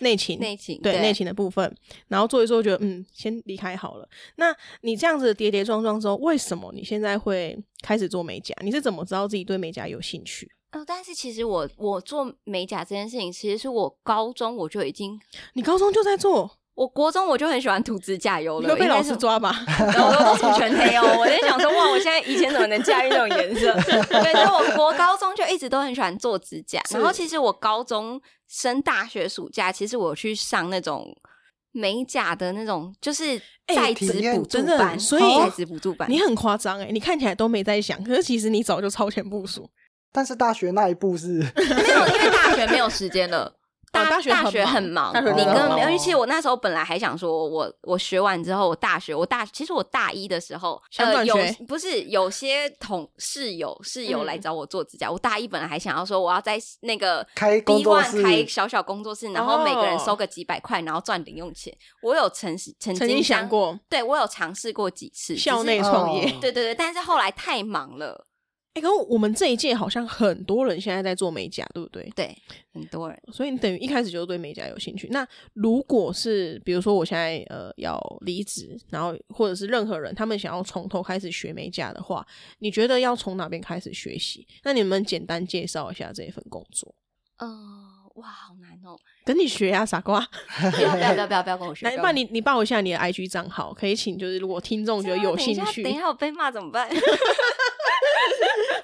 [SPEAKER 2] 内勤。
[SPEAKER 1] 内勤
[SPEAKER 2] 对内勤的部分，然后做一做，觉得嗯，先离开好了。那你这样子跌跌撞撞之后，为什么你现在会开始做美甲？你是怎么知道自己对美甲有兴趣？
[SPEAKER 1] 哦，但是其实我我做美甲这件事情，其实是我高中我就已经，
[SPEAKER 2] 你高中就在做，
[SPEAKER 1] 我国中我就很喜欢涂指甲油
[SPEAKER 2] 你
[SPEAKER 1] 了，
[SPEAKER 2] 会被
[SPEAKER 1] 应该
[SPEAKER 2] 老
[SPEAKER 1] 是
[SPEAKER 2] 师抓吧？
[SPEAKER 1] 对我都涂全黑哦。我在想说，哇，我现在以前怎么能驾驭那种 颜色？对，所以我国高中就一直都很喜欢做指甲。
[SPEAKER 2] 是
[SPEAKER 1] 然后其实我高中升大学暑假，其实我去上那种美甲的那种，就是
[SPEAKER 2] 哎
[SPEAKER 1] 在
[SPEAKER 3] 体
[SPEAKER 1] 职
[SPEAKER 3] 验
[SPEAKER 1] 补助
[SPEAKER 2] 真的
[SPEAKER 1] 班，哦
[SPEAKER 2] 所以
[SPEAKER 1] 在职补助班，
[SPEAKER 2] 你很夸张哎，你看起来都没在想，可是其实你早就超前部署。
[SPEAKER 3] 但是大学那一步 是
[SPEAKER 1] 没有，因为大学没有时间了。
[SPEAKER 2] 哦
[SPEAKER 1] 大
[SPEAKER 2] 大学很
[SPEAKER 1] 大学
[SPEAKER 2] 忙
[SPEAKER 1] 很忙，
[SPEAKER 2] 大学
[SPEAKER 1] 你
[SPEAKER 3] 真的
[SPEAKER 1] 根
[SPEAKER 3] 很
[SPEAKER 1] 本没有。因
[SPEAKER 3] 忙
[SPEAKER 1] 为其实我那时候本来还想说我，我学完之后，我大学我大其实我大一的时候，
[SPEAKER 2] 想
[SPEAKER 1] 呃，
[SPEAKER 2] 转
[SPEAKER 1] 有
[SPEAKER 2] 学
[SPEAKER 1] 不是有些同室友室友
[SPEAKER 2] 嗯
[SPEAKER 1] 来找我做指甲，我大一本来还想要说我要在那个
[SPEAKER 3] 开
[SPEAKER 1] B
[SPEAKER 3] 工作室
[SPEAKER 1] One 开小小工作室，然后每个人
[SPEAKER 2] 哦
[SPEAKER 1] 收个几百块，然后赚零用钱。我有曾曾
[SPEAKER 2] 曾
[SPEAKER 1] 经
[SPEAKER 2] 经
[SPEAKER 1] 当
[SPEAKER 2] 想，过
[SPEAKER 1] 对我有尝试过几次
[SPEAKER 2] 校内
[SPEAKER 1] 只是
[SPEAKER 2] 创业，
[SPEAKER 3] 哦
[SPEAKER 1] 对对对，但是后来太忙了，
[SPEAKER 2] 哎、可是我们这一届好像很多人现在在做美甲，对不对？
[SPEAKER 1] 对，很多人
[SPEAKER 2] 所以你等于一开始就对美甲有兴趣。那如果是比如说我现在呃要离职，然后或者是任何人他们想要从头开始学美甲的话，你觉得要从哪边开始学习？那你们简单介绍一下这一份工作。
[SPEAKER 1] 嗯、哇，好难哦。
[SPEAKER 2] 等你学呀、啊傻瓜！
[SPEAKER 1] 不要不要不要不要不要跟我 学
[SPEAKER 2] 那。不然你你报一下你的 IG 账号，可以请就是如果听众觉得有兴趣，
[SPEAKER 1] 啊等一下我被骂怎么 办？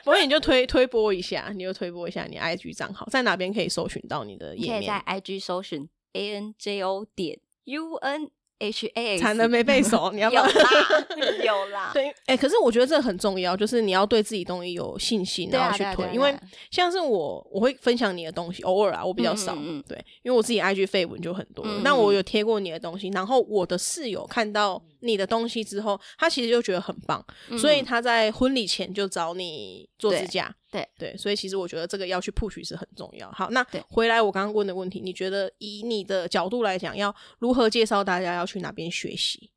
[SPEAKER 2] 所以你就推推播一下，你就推播一下你 IG 账号，在哪边可以搜寻到你的
[SPEAKER 1] 你可
[SPEAKER 2] 页
[SPEAKER 1] 以在
[SPEAKER 2] 面？
[SPEAKER 1] IG 搜寻 A N J O 点 U N H A，
[SPEAKER 2] 惨了，没 背熟，你要不
[SPEAKER 1] 有
[SPEAKER 2] 要？
[SPEAKER 1] 啦有啦，
[SPEAKER 2] 对，哎、可是我觉得这很重要，就是你要对自己东西有信心，
[SPEAKER 1] 对啊
[SPEAKER 2] 然后去
[SPEAKER 1] 对啊
[SPEAKER 2] 推。
[SPEAKER 1] 对啊
[SPEAKER 2] 因为
[SPEAKER 1] 对啊
[SPEAKER 2] 像是我，我会分享你的东西，偶尔啊，我比较少，
[SPEAKER 1] 嗯嗯嗯
[SPEAKER 2] 对，因为我自己 IG 绯闻就很多。
[SPEAKER 1] 嗯嗯
[SPEAKER 2] 那我有贴过你的东西，然后我的室友看到你的东西之后，他其实就觉得很棒，
[SPEAKER 1] 嗯
[SPEAKER 2] 所以他在婚礼前就找你做指甲。
[SPEAKER 1] 对
[SPEAKER 2] 对，所以其实我觉得这个要去 push 是很重要。好，那
[SPEAKER 1] 对
[SPEAKER 2] 回来我刚刚问的问题，你觉得以你的角度来讲，要如何介绍大家要去哪边学习？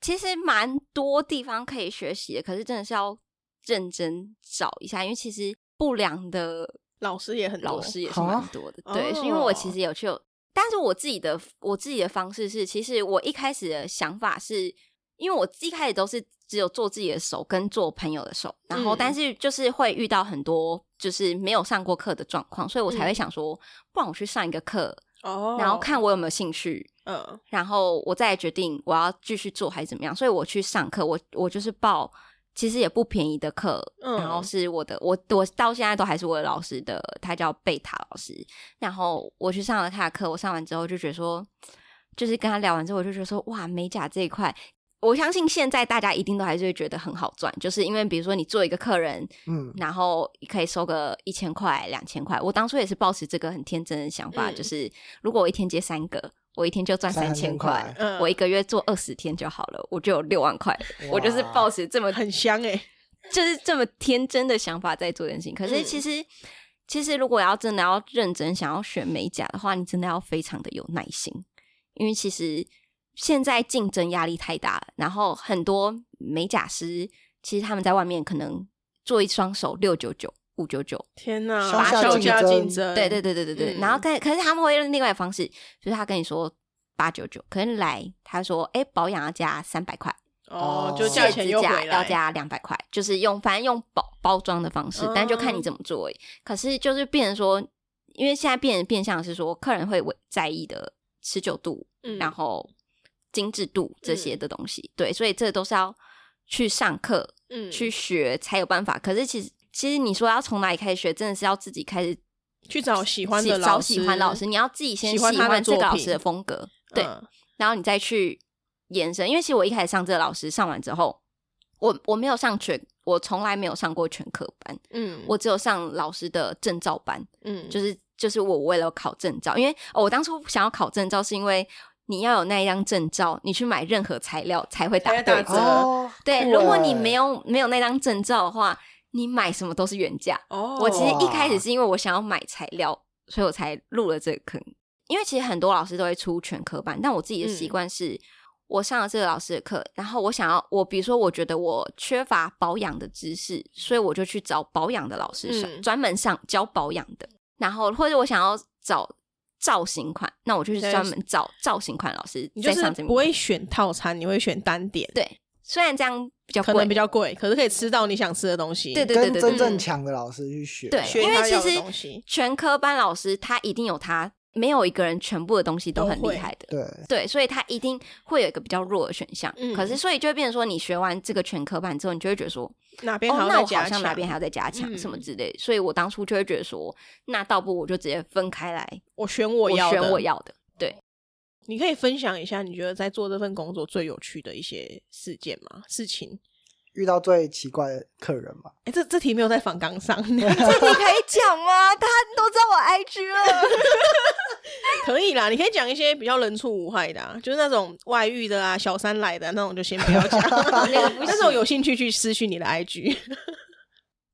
[SPEAKER 1] 其实蛮多地方可以学习的，可是真的是要认真找一下，因为其实不良的
[SPEAKER 2] 老师也很多
[SPEAKER 1] 老师也是
[SPEAKER 3] 啊
[SPEAKER 1] 蛮多的。对，
[SPEAKER 2] 哦
[SPEAKER 1] 是因为我其实有去有，但是我自己的我自己的方式是，其实我一开始的想法是，因为我一开始都是只有做自己的手跟做朋友的手，然后
[SPEAKER 2] 嗯
[SPEAKER 1] 但是就是会遇到很多就是没有上过课的状况，所以我才会想说，不然我去上一个课，
[SPEAKER 2] 嗯哦，
[SPEAKER 1] 然后看我有没有兴趣。
[SPEAKER 2] 嗯
[SPEAKER 1] 然后我再决定我要继续做还是怎么样。所以我去上课，我我就是报其实也不便宜的课，
[SPEAKER 2] 嗯
[SPEAKER 1] 然后是我的我我到现在都还是我的老师的，他叫贝塔老师。然后我去上了他的课，我上完之后就觉得说，就是跟他聊完之后，我就觉得说，哇，美甲这一块。我相信现在大家一定都还是会觉得很好赚，就是因为比如说你做一个客人，
[SPEAKER 3] 嗯，
[SPEAKER 1] 然后可以收个一千块、两千块。我当初也是抱持这个很天真的想法，
[SPEAKER 2] 嗯
[SPEAKER 1] 就是如果我一天接三个，我一天就赚三千
[SPEAKER 3] 3000
[SPEAKER 1] 块
[SPEAKER 3] 块，
[SPEAKER 2] 嗯
[SPEAKER 1] 我一个月做二十天就好了，我就有六万块。
[SPEAKER 3] 哇
[SPEAKER 1] 我就是抱持这么
[SPEAKER 2] 很香哎、
[SPEAKER 1] 就是这么天真的想法在做这件事情。可是
[SPEAKER 2] 嗯
[SPEAKER 1] 其实。其实，如果要真的要认真想要选美甲的话，你真的要非常的有耐心，因为其实现在竞争压力太大了。然后很多美甲师其实他们在外面可能做一双手六九九、五九九，
[SPEAKER 2] 天哪，
[SPEAKER 3] 向
[SPEAKER 1] 下
[SPEAKER 2] 销
[SPEAKER 1] 竞
[SPEAKER 2] 价
[SPEAKER 3] 争
[SPEAKER 2] 竞争，
[SPEAKER 1] 对对对对对对。
[SPEAKER 2] 嗯
[SPEAKER 1] 然后可可是他们会用另外的方式，就是他跟你说八九九，可是来他说哎、保养要加三百块，
[SPEAKER 2] 哦，
[SPEAKER 3] 哦
[SPEAKER 2] 就价钱又回来，
[SPEAKER 1] 要加两百块，就是用反正用包包装的方式
[SPEAKER 2] 嗯，
[SPEAKER 1] 但就看你怎么做而已。可是就是变成说，因为现在变变相是说，客人会为在意的持久度，
[SPEAKER 2] 嗯
[SPEAKER 1] 然后精致度这些的东西，对，所以这都是要去上课、
[SPEAKER 2] 嗯
[SPEAKER 1] 去学才有办法。可是其实其实你说要从哪里开始学，真的是要自己开始。
[SPEAKER 2] 去找喜欢的
[SPEAKER 1] 喜
[SPEAKER 2] 老
[SPEAKER 1] 找
[SPEAKER 2] 师，
[SPEAKER 1] 喜欢老师，你要自己先
[SPEAKER 2] 喜
[SPEAKER 1] 喜
[SPEAKER 2] 欢他的
[SPEAKER 1] 欢这
[SPEAKER 2] 作
[SPEAKER 1] 个老
[SPEAKER 2] 品
[SPEAKER 1] 师的风格，
[SPEAKER 2] 嗯
[SPEAKER 1] 对，然后你再去延伸。因为其实我一开始上这个老师上完之后，我我没有上全，我从来没有上过全科班，
[SPEAKER 2] 嗯，
[SPEAKER 1] 我只有上老师的证照班，
[SPEAKER 2] 嗯
[SPEAKER 1] 就是就是我为了考证照，因为、哦我当初想要考证照是因为你要有那一张证照，你去买任何材料才会打
[SPEAKER 2] 才打
[SPEAKER 1] 对
[SPEAKER 2] 折
[SPEAKER 1] 折。
[SPEAKER 3] 哦，
[SPEAKER 1] 对，
[SPEAKER 3] 酷
[SPEAKER 1] 如果你
[SPEAKER 3] 欸
[SPEAKER 1] 没有没有那张证照的话，你买什么都是原价。
[SPEAKER 2] 哦，
[SPEAKER 1] 我其实一开始
[SPEAKER 3] 哇
[SPEAKER 1] 是因为我想要买材料，所以我才入了这个坑。因为其实很多老师都会出全科班，但我自己的习
[SPEAKER 2] 嗯
[SPEAKER 1] 惯是，我上了这个老师的课，然后我想要我，比如说我觉得我缺乏保养的知识，所以我就去找保养的老师上，
[SPEAKER 2] 嗯
[SPEAKER 1] 专门上教保养的。然后或者我想要找造型款，那我就去
[SPEAKER 2] 对
[SPEAKER 1] 专门找造型款老师
[SPEAKER 2] 你就
[SPEAKER 1] 再
[SPEAKER 2] 是
[SPEAKER 1] 上这门
[SPEAKER 2] 不
[SPEAKER 1] 课
[SPEAKER 2] 会选套餐，你会选单点，
[SPEAKER 1] 对，虽然这样比较
[SPEAKER 2] 可
[SPEAKER 1] 贵
[SPEAKER 2] 能比，较贵，可是可以吃到你想吃的东西。
[SPEAKER 1] 对对
[SPEAKER 3] 跟真
[SPEAKER 1] 对
[SPEAKER 3] 正强的老师去学，
[SPEAKER 1] 对
[SPEAKER 2] 学
[SPEAKER 1] 因为
[SPEAKER 2] 他
[SPEAKER 1] 其
[SPEAKER 2] 要的
[SPEAKER 1] 实
[SPEAKER 2] 东西
[SPEAKER 1] 全科班老师他一定有他，没有一个人全部的东西都
[SPEAKER 2] 都
[SPEAKER 1] 很
[SPEAKER 2] 会
[SPEAKER 1] 厉害的。
[SPEAKER 3] 对
[SPEAKER 1] 对，所以它一定会有一个比较弱的选项。
[SPEAKER 2] 嗯
[SPEAKER 1] 可是所以就会变成说，你学完这个全科班之后，你就会觉得说，哦，
[SPEAKER 2] 哪边还要
[SPEAKER 1] 那
[SPEAKER 2] 再
[SPEAKER 1] 我好
[SPEAKER 2] 加
[SPEAKER 1] 像
[SPEAKER 2] 强，
[SPEAKER 1] 哪边还要再加强
[SPEAKER 2] 嗯
[SPEAKER 1] 什么之类的。所以我当初就会觉得说，那倒不如我就直接分开来，
[SPEAKER 2] 我选我要
[SPEAKER 1] 选
[SPEAKER 2] 的。
[SPEAKER 1] 我要 的。
[SPEAKER 2] 你可以分享一下，你觉得在做这份工作最有趣的一些事件吗？事情？
[SPEAKER 3] 遇到最奇怪的客人嘛，
[SPEAKER 2] 哎，这这题没有在访纲上，
[SPEAKER 1] 你可以讲吗？他都知道我 IG 了。
[SPEAKER 2] 可以啦，你可以讲一些比较人畜无害的、啊，就是那种外遇的啊、小三来的、那种，就先不要 讲。但是我有兴趣去私讯你的 IG，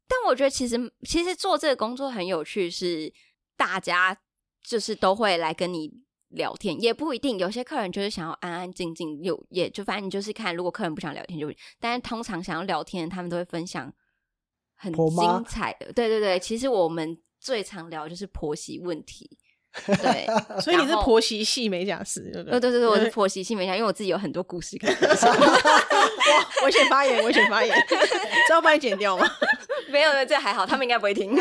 [SPEAKER 1] 但我觉得其实其实做这个工作很有趣是，大家就是都会来跟你。聊天也不一定，有些客人就是想要安安静静，有也就反正你就是看，如果客人不想聊天就不，但是通常想要聊天，他们都会分享很
[SPEAKER 3] 婆妈
[SPEAKER 1] 精彩的。对对对，其实我们最常聊就是婆媳问题。对，
[SPEAKER 2] 所以你是
[SPEAKER 1] 然后
[SPEAKER 2] 婆媳系美甲师，对不
[SPEAKER 1] 呃
[SPEAKER 2] 对？
[SPEAKER 1] 对对对，我是婆媳性美讲，因为我自己有很多故事可以分享。
[SPEAKER 2] 哇，危险发言，危险发言，这要帮你剪掉吗？
[SPEAKER 1] 没有的，这还好，他们应该不会听。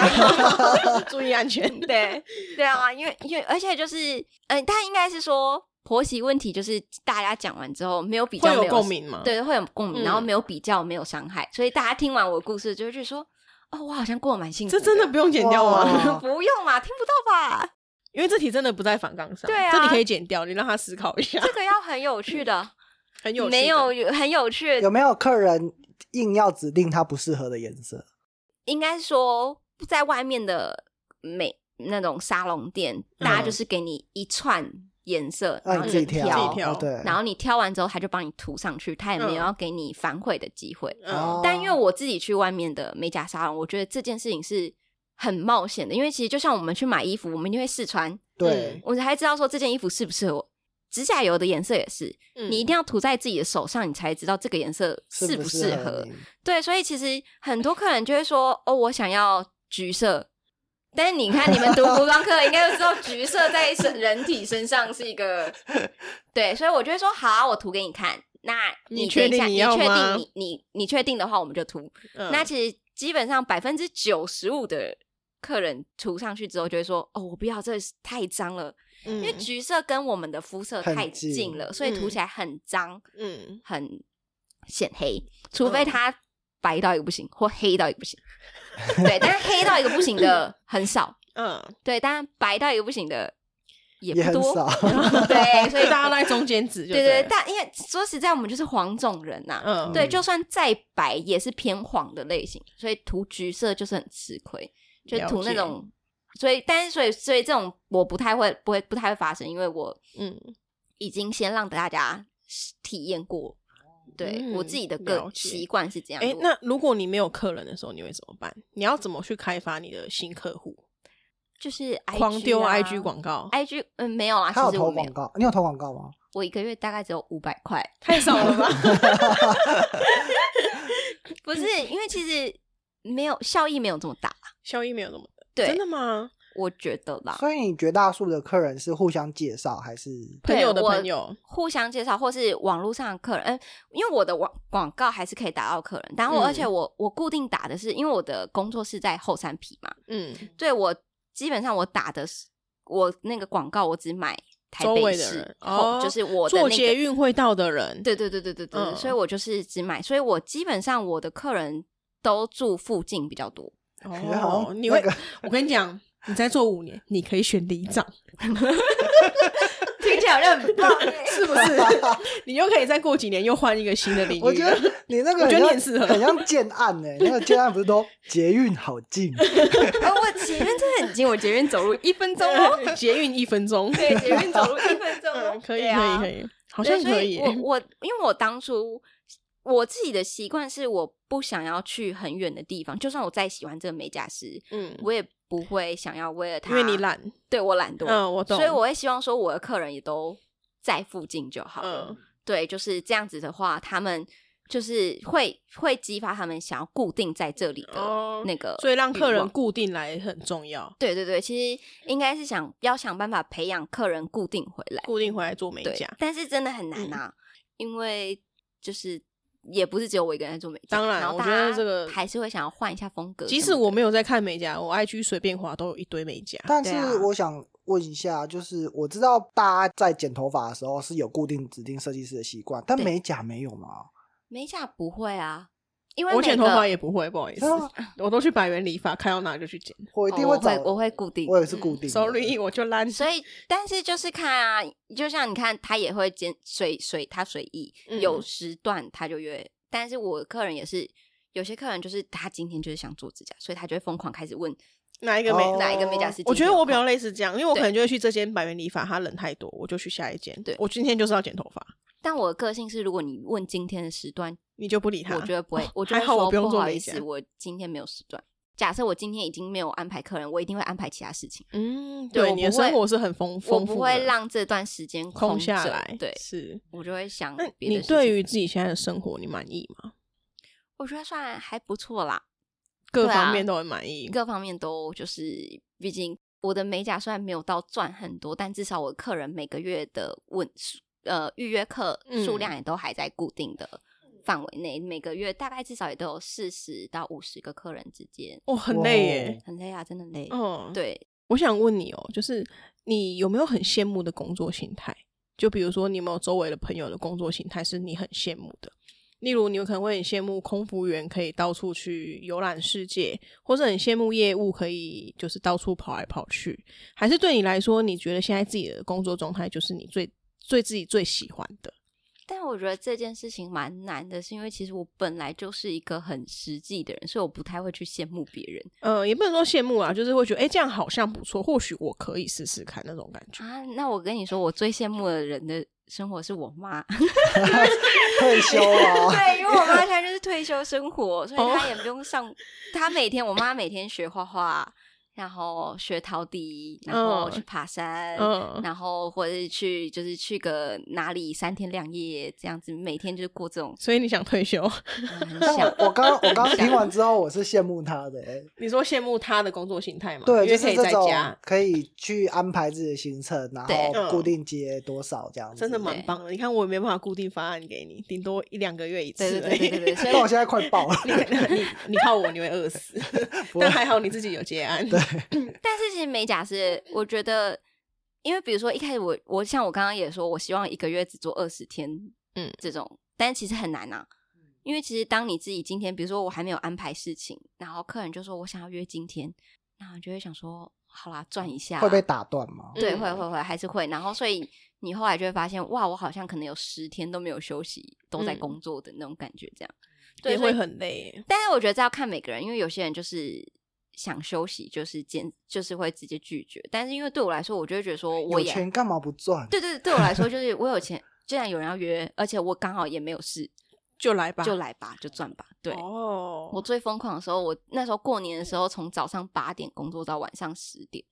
[SPEAKER 2] 注意安全。
[SPEAKER 1] 对对啊，因为因为而且就是，嗯、但应该是说婆媳问题，就是大家讲完之后没有比
[SPEAKER 2] 会
[SPEAKER 1] 较，
[SPEAKER 2] 有
[SPEAKER 1] 没有
[SPEAKER 2] 共，鸣吗？，
[SPEAKER 1] 对，会有共鸣，
[SPEAKER 2] 嗯
[SPEAKER 1] 然后没有比较，没有伤害，所以大家听完我的故事就会去说，哦，我好像过得蛮幸福哦
[SPEAKER 2] 这真的不用剪掉吗？
[SPEAKER 3] 哇
[SPEAKER 1] 不用嘛，听不到吧？
[SPEAKER 2] 因为这题真的不在反纲上，
[SPEAKER 1] 对啊
[SPEAKER 2] 这你可以剪掉，你让他思考一 下，
[SPEAKER 1] 这个要很有趣的，
[SPEAKER 2] 很 有趣的
[SPEAKER 1] 没有很有趣
[SPEAKER 3] 有，没有客人硬要指定他不适合的颜色？
[SPEAKER 1] 应该说在外面的美那种沙龙店，大家就是给你一串颜色，然
[SPEAKER 3] 让
[SPEAKER 1] 后
[SPEAKER 3] 你
[SPEAKER 1] 你
[SPEAKER 3] 自己
[SPEAKER 1] 挑，
[SPEAKER 2] 嗯啊自己挑
[SPEAKER 3] 哦对，
[SPEAKER 1] 然后你挑完之后，他就帮你涂上去，他也没
[SPEAKER 2] 嗯
[SPEAKER 1] 有要给你反悔的机会。
[SPEAKER 2] 嗯
[SPEAKER 3] 哦
[SPEAKER 1] 但因为我自己去外面的美甲沙龙，我觉得这件事情是很冒险的，因为其实就像我们去买衣服，我们一定会试穿，
[SPEAKER 3] 对，
[SPEAKER 1] 我才知道说这件衣服适不适合我。指甲油的颜色也是，
[SPEAKER 2] 嗯
[SPEAKER 1] 你一定要涂在自己的手上，你才知道这个颜色适
[SPEAKER 3] 适
[SPEAKER 1] 不
[SPEAKER 3] 不
[SPEAKER 1] 适合
[SPEAKER 3] 合你？
[SPEAKER 1] 对，所以其实很多客人就会说：“哦，我想要橘色。”但是你看，你们读服装课应该就知道，橘色在身人体身上是 一个对，所以我就会说：“好啊，我涂给你看。”那
[SPEAKER 2] 你
[SPEAKER 1] 等
[SPEAKER 2] 确
[SPEAKER 1] 一
[SPEAKER 2] 定
[SPEAKER 1] 下
[SPEAKER 2] 你
[SPEAKER 1] 你
[SPEAKER 2] 要
[SPEAKER 1] 确
[SPEAKER 2] 吗
[SPEAKER 1] 定你你你确定的话，我们就涂。
[SPEAKER 2] 嗯
[SPEAKER 1] 那其实基本上百分之九十五的客人涂上去之后，就会说：“哦，我不要，这太脏了。”因为
[SPEAKER 2] 嗯
[SPEAKER 1] 橘色跟我们的肤色
[SPEAKER 3] 很
[SPEAKER 1] 太
[SPEAKER 3] 近
[SPEAKER 1] 近了，所以涂
[SPEAKER 2] 嗯
[SPEAKER 1] 起来很脏。
[SPEAKER 2] 嗯，
[SPEAKER 1] 很显黑，除
[SPEAKER 2] 嗯
[SPEAKER 1] 非它白到一个不行，或黑到一个不行。 对，但是黑到一个不行的很少，
[SPEAKER 2] 嗯，
[SPEAKER 1] 对，但白到一个不行的也
[SPEAKER 3] 也
[SPEAKER 1] 不
[SPEAKER 3] 很
[SPEAKER 1] 多。
[SPEAKER 3] 少
[SPEAKER 1] 对，所
[SPEAKER 2] 所以
[SPEAKER 1] 以
[SPEAKER 2] 大家都在中间值就
[SPEAKER 1] 对
[SPEAKER 2] 对
[SPEAKER 1] 对
[SPEAKER 2] 了，，
[SPEAKER 1] 但因为说实在，我们就是黄种人呐、
[SPEAKER 2] 嗯，
[SPEAKER 1] 对，
[SPEAKER 3] 嗯
[SPEAKER 1] 就算再白也是偏黄的类型，所以涂橘色就是很吃亏，就
[SPEAKER 2] 了
[SPEAKER 1] 涂那
[SPEAKER 2] 解
[SPEAKER 1] 种。所以，但是所以所以这种我不太会，不会不太会发生，因为我
[SPEAKER 2] 嗯，
[SPEAKER 1] 已经先让大家体验过。对、
[SPEAKER 2] 嗯
[SPEAKER 1] 我自己的
[SPEAKER 2] 了
[SPEAKER 1] 个
[SPEAKER 2] 解
[SPEAKER 1] 习惯是这样。
[SPEAKER 2] 哎，
[SPEAKER 1] 我
[SPEAKER 2] 那如果你没有客人的时候，你会怎么办？你要怎么去开发你的新客户？
[SPEAKER 1] 就是 IG
[SPEAKER 2] 狂丢
[SPEAKER 1] 啊
[SPEAKER 2] IG 广告，
[SPEAKER 1] ，IG 嗯没有啊，
[SPEAKER 3] 他有
[SPEAKER 1] 其实我
[SPEAKER 3] 投
[SPEAKER 1] 没
[SPEAKER 3] 广
[SPEAKER 1] 有，
[SPEAKER 3] 告，你有投广告吗？
[SPEAKER 1] 我一个月大概只有五百块，
[SPEAKER 2] 太少了吧？
[SPEAKER 1] 不是因为其实没有效益没有这么大，
[SPEAKER 2] 效益没有那么大，
[SPEAKER 1] 对
[SPEAKER 2] 真的吗？
[SPEAKER 1] 我觉得啦。
[SPEAKER 3] 所以你绝大数的客人是互相介绍还是？
[SPEAKER 2] 朋
[SPEAKER 1] 对
[SPEAKER 2] 友的
[SPEAKER 1] 我
[SPEAKER 2] 朋友，
[SPEAKER 1] 互相介绍，或是网络上的客人，嗯、因为我的网广告还是可以打到客人，然后
[SPEAKER 2] 嗯
[SPEAKER 1] 而且我、我固定打的是，因为我的工作是在后山皮嘛，
[SPEAKER 2] 嗯，
[SPEAKER 1] 对我基本上我打的是我那个广告，我只买台
[SPEAKER 2] 周围
[SPEAKER 1] 北
[SPEAKER 2] 的
[SPEAKER 1] 市
[SPEAKER 2] 人，哦
[SPEAKER 1] 后就是我的那
[SPEAKER 2] 做
[SPEAKER 1] 个
[SPEAKER 2] 捷运会到的人，
[SPEAKER 1] 对对对对对对，
[SPEAKER 2] 嗯
[SPEAKER 1] 所以我就是只买，所以我基本上我的客人都住附近比较多。
[SPEAKER 3] 感觉好
[SPEAKER 2] 哦，
[SPEAKER 3] 像
[SPEAKER 2] 你
[SPEAKER 3] 那
[SPEAKER 2] 会
[SPEAKER 3] 个，
[SPEAKER 2] 我跟你讲，你再做五年，你可以选里 长，
[SPEAKER 1] 听起来好像很棒欸 耶
[SPEAKER 2] 是不是？ 你又可以再过几年又换一个新的领域。
[SPEAKER 3] 我觉得你那个
[SPEAKER 2] 我觉得你
[SPEAKER 3] 很像
[SPEAKER 2] 很适合
[SPEAKER 3] 很像建案呢、欸那个建案不是都捷运好近？
[SPEAKER 1] 哦，我捷运真的很近，我捷运走路一分钟哦。
[SPEAKER 2] 捷运一分钟，
[SPEAKER 1] 对，捷运走路一分钟哦
[SPEAKER 2] 嗯， 可以 可以
[SPEAKER 1] 对啊
[SPEAKER 2] 可以，好像
[SPEAKER 1] 对
[SPEAKER 2] 可
[SPEAKER 1] 所
[SPEAKER 2] 以
[SPEAKER 1] 以欸
[SPEAKER 2] 耶。
[SPEAKER 1] 我我因为我当初我自己的习惯是，我不想要去很远的地方，就算我再喜欢这个美甲师，
[SPEAKER 2] 嗯，
[SPEAKER 1] 我也不会想要为了他，
[SPEAKER 2] 因为你，懒，
[SPEAKER 1] 对我懒惰，
[SPEAKER 2] 嗯，我懂，
[SPEAKER 1] 所以我会希望说我的客人也都在附近就好了。
[SPEAKER 2] 嗯
[SPEAKER 1] 对，就是这样子的话，他们就是会会激发他们想要固定在这里的
[SPEAKER 2] 哦，
[SPEAKER 1] 那个欲望，
[SPEAKER 2] 所以让客人固定来很重要，
[SPEAKER 1] 对对对，其实应该是想要想办法培养客人固定回来，
[SPEAKER 2] 固定嗯回来做美
[SPEAKER 1] 对
[SPEAKER 2] 甲，。
[SPEAKER 1] 但是真的很难啊，因为就是也不是只有我一个人在做美甲，
[SPEAKER 2] 当然
[SPEAKER 1] 然后
[SPEAKER 2] 我
[SPEAKER 1] 大
[SPEAKER 2] 觉得
[SPEAKER 1] 家
[SPEAKER 2] 这个
[SPEAKER 1] 还是会想要换一下风格什么的。
[SPEAKER 2] 即使我没有在看美甲，我 IG 随便滑都有一堆美甲。
[SPEAKER 3] 但
[SPEAKER 1] 对啊
[SPEAKER 3] 是我想问一下，就是我知道大家在剪头发的时候是有固定指定设计师的习惯，但
[SPEAKER 1] 对
[SPEAKER 3] 美甲没有嘛？
[SPEAKER 1] 美甲不会啊，因为
[SPEAKER 2] 我
[SPEAKER 1] 每
[SPEAKER 2] 剪头发
[SPEAKER 1] 个
[SPEAKER 2] 也不会，不 好意思
[SPEAKER 3] 真的吗，
[SPEAKER 2] 我都去百元理发，看到哪就去剪。
[SPEAKER 3] 我一定
[SPEAKER 1] 哦我
[SPEAKER 3] 找，
[SPEAKER 1] 会嗯我会固定
[SPEAKER 3] 我也是固定的。
[SPEAKER 2] Sorry，我就烂。
[SPEAKER 1] 所以，但是就是看啊，就像你看，他也会兼随随他随意，
[SPEAKER 2] 嗯
[SPEAKER 1] 有时段他就约。但是我客人也是，有些客人就是他今天就是想做指甲，所以他就会疯狂开始问
[SPEAKER 2] 哪一个美？
[SPEAKER 3] 哦
[SPEAKER 1] 哪一个美甲师今天有空。
[SPEAKER 2] 我觉得我比较类似这样，因为我可
[SPEAKER 1] 对
[SPEAKER 2] 能就会去这间百元理发，他人太多，我就去下一间。
[SPEAKER 1] 对
[SPEAKER 2] 我今天就是要剪头发，
[SPEAKER 1] 但我的个性是，如果你问今天的时段，
[SPEAKER 2] 你就不理他。
[SPEAKER 1] 我觉得不会，
[SPEAKER 2] 哦
[SPEAKER 1] 我就
[SPEAKER 2] 还
[SPEAKER 1] 会
[SPEAKER 2] 好，
[SPEAKER 1] 说
[SPEAKER 2] 我不用做
[SPEAKER 1] 好
[SPEAKER 2] 美
[SPEAKER 1] 意
[SPEAKER 2] 甲
[SPEAKER 1] 思，。我今天没有时段。假设我今天已经没有安排客人，我一定会安排其他事情，
[SPEAKER 2] 嗯，
[SPEAKER 1] 对
[SPEAKER 2] 对，
[SPEAKER 1] 我
[SPEAKER 2] 你的
[SPEAKER 1] 不会
[SPEAKER 2] 生活是很丰
[SPEAKER 1] 我
[SPEAKER 2] 丰富的，
[SPEAKER 1] 不会让这段时间
[SPEAKER 2] 空
[SPEAKER 1] 着
[SPEAKER 2] 下来。
[SPEAKER 1] 对
[SPEAKER 2] 是。
[SPEAKER 1] 我就会想
[SPEAKER 2] 那
[SPEAKER 1] 别
[SPEAKER 2] 你
[SPEAKER 1] 的事情。
[SPEAKER 2] 对于自己现在的生活，你满意吗？
[SPEAKER 1] 我觉得算还不错啦，
[SPEAKER 2] 各
[SPEAKER 1] 对啊
[SPEAKER 2] 方面都很满意。
[SPEAKER 1] 各方面都就是，毕竟我的美甲虽然没有到赚很多，但至少我客人每个月的稳呃预约客数量也都还在固定的范围内，每个月大概至少也都有四十到五十个客人之间，
[SPEAKER 2] 哦，很累耶。
[SPEAKER 1] 很累啊，真的累。
[SPEAKER 2] 嗯，
[SPEAKER 1] 对，
[SPEAKER 2] 我想问你哦，就是你有没有很羡慕的工作形态？就比如说，你有没有周围的朋友的工作形态是你很羡慕的？例如，你有可能会很羡慕空服员可以到处去游览世界，或是很羡慕业务可以就是到处跑来跑去，还是对你来说，你觉得现在自己的工作状态就是你最最自己最喜欢的？
[SPEAKER 1] 但我觉得这件事情蛮难的，是因为其实我本来就是一个很实际的人，所以我不太会去羡慕别人
[SPEAKER 2] 呃，也不能说羡慕啊，就是会觉得哎、诶这样好像不错，或许我可以试试看那种感觉。
[SPEAKER 1] 啊。那我跟你说，我最羡慕的人的生活是我妈。
[SPEAKER 3] 退休啊，
[SPEAKER 1] 对，因为我妈现在就是退休生活，所以她也不用上。她每天，我妈每天学画画，然后学陶笛，然后去爬山，
[SPEAKER 2] 嗯，
[SPEAKER 1] 然后或者是去就是去个哪里三天两夜这样子，每天就是过这种。
[SPEAKER 2] 所以你想退休？
[SPEAKER 1] 嗯很
[SPEAKER 3] 但
[SPEAKER 1] 想
[SPEAKER 3] 我我刚我刚听完之后，我是羡慕他的、欸。
[SPEAKER 2] 你说羡慕他的工作形态吗？
[SPEAKER 3] 对，
[SPEAKER 2] 因为
[SPEAKER 3] 就
[SPEAKER 2] 可
[SPEAKER 3] 是
[SPEAKER 2] 以
[SPEAKER 3] 这
[SPEAKER 2] 在
[SPEAKER 3] 种
[SPEAKER 2] 家，
[SPEAKER 3] 可以去安排自己的行程，然
[SPEAKER 1] 对
[SPEAKER 2] 嗯
[SPEAKER 3] 后固定接多少这样子。
[SPEAKER 2] 真的蛮
[SPEAKER 1] 对
[SPEAKER 2] 棒的。你看我也没办法固定方案给你，顶多一两个月一次
[SPEAKER 1] 对对
[SPEAKER 2] 而
[SPEAKER 1] 对
[SPEAKER 2] 已。
[SPEAKER 1] 对对对，所
[SPEAKER 3] 但我
[SPEAKER 1] 以
[SPEAKER 3] 现在快爆了。
[SPEAKER 2] 你你你靠我，你会饿死。
[SPEAKER 3] 不会
[SPEAKER 2] 但还好你自己有接案。
[SPEAKER 3] 对，
[SPEAKER 1] 但是其实美甲师，我觉得。因为比如说一开始我我像我刚刚也说，我希望一个月只做二十天，
[SPEAKER 2] 嗯
[SPEAKER 1] 嗯，这种，但其实很难啊。
[SPEAKER 3] 嗯
[SPEAKER 1] 因为其实当你自己今天，比如说我还没有安排事情，然后客人就说我想要约今天，然后你就会想说，好啦，转一下啊，
[SPEAKER 3] 会被打断吗？
[SPEAKER 1] 对，
[SPEAKER 2] 嗯
[SPEAKER 1] 会会会还是会。然后所以你后来就会发现，哇，我好像可能有十天都没有休息，都在
[SPEAKER 2] 嗯
[SPEAKER 1] 工作的那种感觉，这样。
[SPEAKER 2] 也
[SPEAKER 1] 对，
[SPEAKER 2] 会
[SPEAKER 1] 所以
[SPEAKER 2] 很累耶。
[SPEAKER 1] 但是我觉得这要看每个人，因为有些人就是想休息，就是坚，就是会直接拒绝。但是因为对我来说，我就会觉得说，我
[SPEAKER 3] 有
[SPEAKER 1] 也
[SPEAKER 3] 钱干嘛不赚？
[SPEAKER 1] 对对，对我来说就是我有钱，既然有人要约，而且我刚好也没 有事，
[SPEAKER 2] 就来吧，
[SPEAKER 1] 就来吧，就赚吧。对，
[SPEAKER 2] 哦，
[SPEAKER 1] 我最疯狂的时候，我那时候过年的时候，从早上八点工作到晚上十点。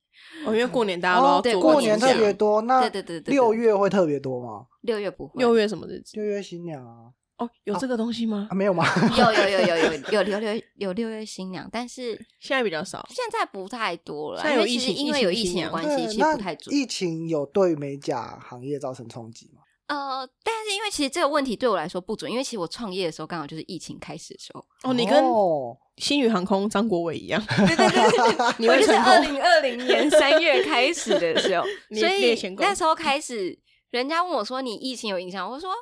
[SPEAKER 2] 哦因为过年大家都
[SPEAKER 3] 哦
[SPEAKER 2] 要
[SPEAKER 1] 对
[SPEAKER 2] 做
[SPEAKER 3] 过
[SPEAKER 1] 年
[SPEAKER 3] 年特别多，那
[SPEAKER 1] 对对对对对
[SPEAKER 3] 六月会特别多吗？
[SPEAKER 1] 六月不会，
[SPEAKER 2] 呃六月什么日子？
[SPEAKER 3] 六月新娘啊，
[SPEAKER 2] 哦，有这个东西吗
[SPEAKER 3] 啊？没有吗？
[SPEAKER 1] 有有有有有有六月有六月新娘，但是
[SPEAKER 2] 现在比较少。
[SPEAKER 1] 现在不太多了
[SPEAKER 2] 哦
[SPEAKER 1] 啦，
[SPEAKER 2] 现在有
[SPEAKER 1] 因为其
[SPEAKER 2] 疫
[SPEAKER 1] 实
[SPEAKER 2] 情疫
[SPEAKER 1] 因为
[SPEAKER 2] 情
[SPEAKER 1] 有
[SPEAKER 2] 新
[SPEAKER 1] 疫情的
[SPEAKER 2] 娘
[SPEAKER 1] 关系，
[SPEAKER 3] 对，
[SPEAKER 1] 其实
[SPEAKER 3] 那
[SPEAKER 1] 不太准。
[SPEAKER 3] 疫情有对美甲行业造成冲击吗？
[SPEAKER 1] 呃，但是因为其实这个问题对我来说不准，因为其实我创业的时候刚好就是疫情开始的时候，
[SPEAKER 2] 哦，你跟
[SPEAKER 3] 哦
[SPEAKER 2] 新宇航空张国伟一样，
[SPEAKER 1] 对对对，
[SPEAKER 2] 你
[SPEAKER 1] 我
[SPEAKER 2] 会
[SPEAKER 1] 就是
[SPEAKER 2] 成
[SPEAKER 1] 二
[SPEAKER 2] 功。，
[SPEAKER 1] 零二零年三月开始的时候
[SPEAKER 2] 你
[SPEAKER 1] 所
[SPEAKER 2] 你也
[SPEAKER 1] 以
[SPEAKER 2] 成功
[SPEAKER 1] 那时候开始，人家问我说你疫情有影响，我说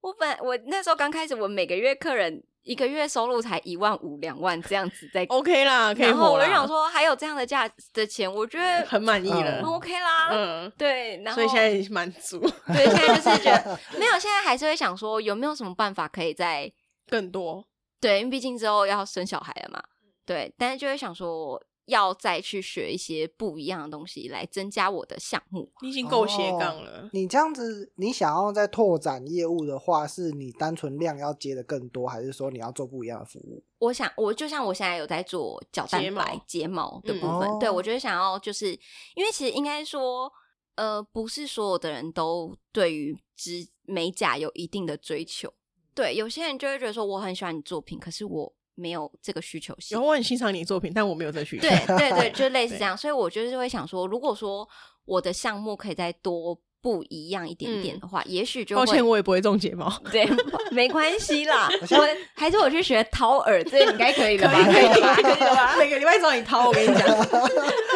[SPEAKER 1] 我本来我那时候刚开始，我每个月客人。一个月收入才一万五、两万这样子在
[SPEAKER 2] 哦 OK 啦，可以
[SPEAKER 1] 然后
[SPEAKER 2] 活
[SPEAKER 1] 我
[SPEAKER 2] 啦
[SPEAKER 1] 就想说，还有这样的价的钱，我觉得
[SPEAKER 2] 很满意
[SPEAKER 1] 很
[SPEAKER 2] 了，
[SPEAKER 1] OK 啦。
[SPEAKER 2] 嗯，
[SPEAKER 1] 对，然后
[SPEAKER 2] 所以现在满足
[SPEAKER 1] 对，现在就是觉得没有，现在还是会想说有没有什么办法可以在
[SPEAKER 2] 更多，
[SPEAKER 1] 对，因为毕竟之后要生小孩了嘛，
[SPEAKER 2] 嗯
[SPEAKER 1] 对，但是就会想说要再去学一些不一样的东西来增加我的项目。
[SPEAKER 2] 你已经够斜杠了。
[SPEAKER 3] 你这样子，你想要再拓展业务的话，是你单纯量要接的更多，还是说你要做不一样的服务？
[SPEAKER 1] 我想，我就像我现在有在做角蛋
[SPEAKER 2] 睫毛
[SPEAKER 1] 白睫毛的
[SPEAKER 2] 嗯
[SPEAKER 1] 部分，
[SPEAKER 3] 哦
[SPEAKER 1] 对我觉得想要就是因为其实应该说，呃，不是所有的人都对于指美甲有一定的追求，
[SPEAKER 2] 嗯
[SPEAKER 1] 对，有些人就会觉得说我很喜欢你作品，可是我没有这个需求性
[SPEAKER 2] 有，我很欣赏你的作品，但我没有这需求。
[SPEAKER 1] 对对对， 就类似
[SPEAKER 2] 对
[SPEAKER 1] 这样。所以我就是会想说，如果说我的项目可以再多不一样一点点的话，也许就
[SPEAKER 2] 嗯抱歉，
[SPEAKER 1] 会。
[SPEAKER 2] 我也不会种睫毛。
[SPEAKER 1] 对，没关 系啦。
[SPEAKER 3] 像
[SPEAKER 1] 我还是我去学掏耳，这个应该可以
[SPEAKER 2] 可
[SPEAKER 1] 的吧？
[SPEAKER 2] 以可以吧？
[SPEAKER 1] 吧？
[SPEAKER 2] 可以的吧？每个礼拜找你掏，我跟你讲，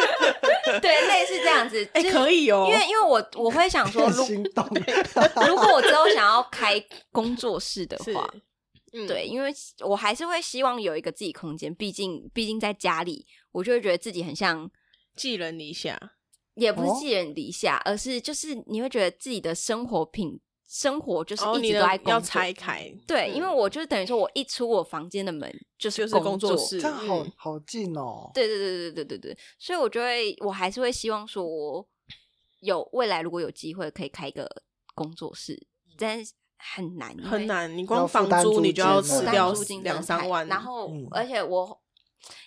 [SPEAKER 1] 对，类似这样子。
[SPEAKER 2] 哎，
[SPEAKER 1] 就是
[SPEAKER 2] 可以哦
[SPEAKER 1] 因。为因为我我会想说，如
[SPEAKER 3] 心动，
[SPEAKER 1] 如果我之后想要开工作室的话，
[SPEAKER 2] 嗯
[SPEAKER 1] 对，，因为我还是会希望有一个自己空间。毕竟毕竟在家里，我就会觉得自己很像
[SPEAKER 2] 寄人篱下，
[SPEAKER 1] 也不是
[SPEAKER 3] 哦
[SPEAKER 1] 寄人篱下，而是就是你会觉得自己的生活品生活就是
[SPEAKER 2] 然后
[SPEAKER 1] 一
[SPEAKER 2] 哦你
[SPEAKER 1] 直
[SPEAKER 2] 的
[SPEAKER 1] 都在工作。
[SPEAKER 2] 要拆开，
[SPEAKER 1] 对，
[SPEAKER 2] 嗯
[SPEAKER 1] 因为我就是等于说我一出我房间的门就是
[SPEAKER 2] 就是
[SPEAKER 1] 工
[SPEAKER 2] 工作室
[SPEAKER 3] 这样好
[SPEAKER 2] 嗯
[SPEAKER 3] 好近哦。
[SPEAKER 1] 对对对对对对对，所以我就会我还是会希望说我有未来如果有机会可以开一个工作室，但是很难因
[SPEAKER 2] 嗯很
[SPEAKER 1] 为
[SPEAKER 2] 难，你
[SPEAKER 3] 要
[SPEAKER 2] 光
[SPEAKER 3] 负
[SPEAKER 2] 房
[SPEAKER 3] 担
[SPEAKER 2] 租
[SPEAKER 3] 租
[SPEAKER 2] 你就要
[SPEAKER 3] 金
[SPEAKER 1] 负
[SPEAKER 2] 吃
[SPEAKER 3] 啊
[SPEAKER 1] 担
[SPEAKER 2] 掉
[SPEAKER 1] 租金真的
[SPEAKER 2] 两三
[SPEAKER 1] 太
[SPEAKER 2] 万，
[SPEAKER 1] 然后、
[SPEAKER 3] 嗯
[SPEAKER 1] 而且我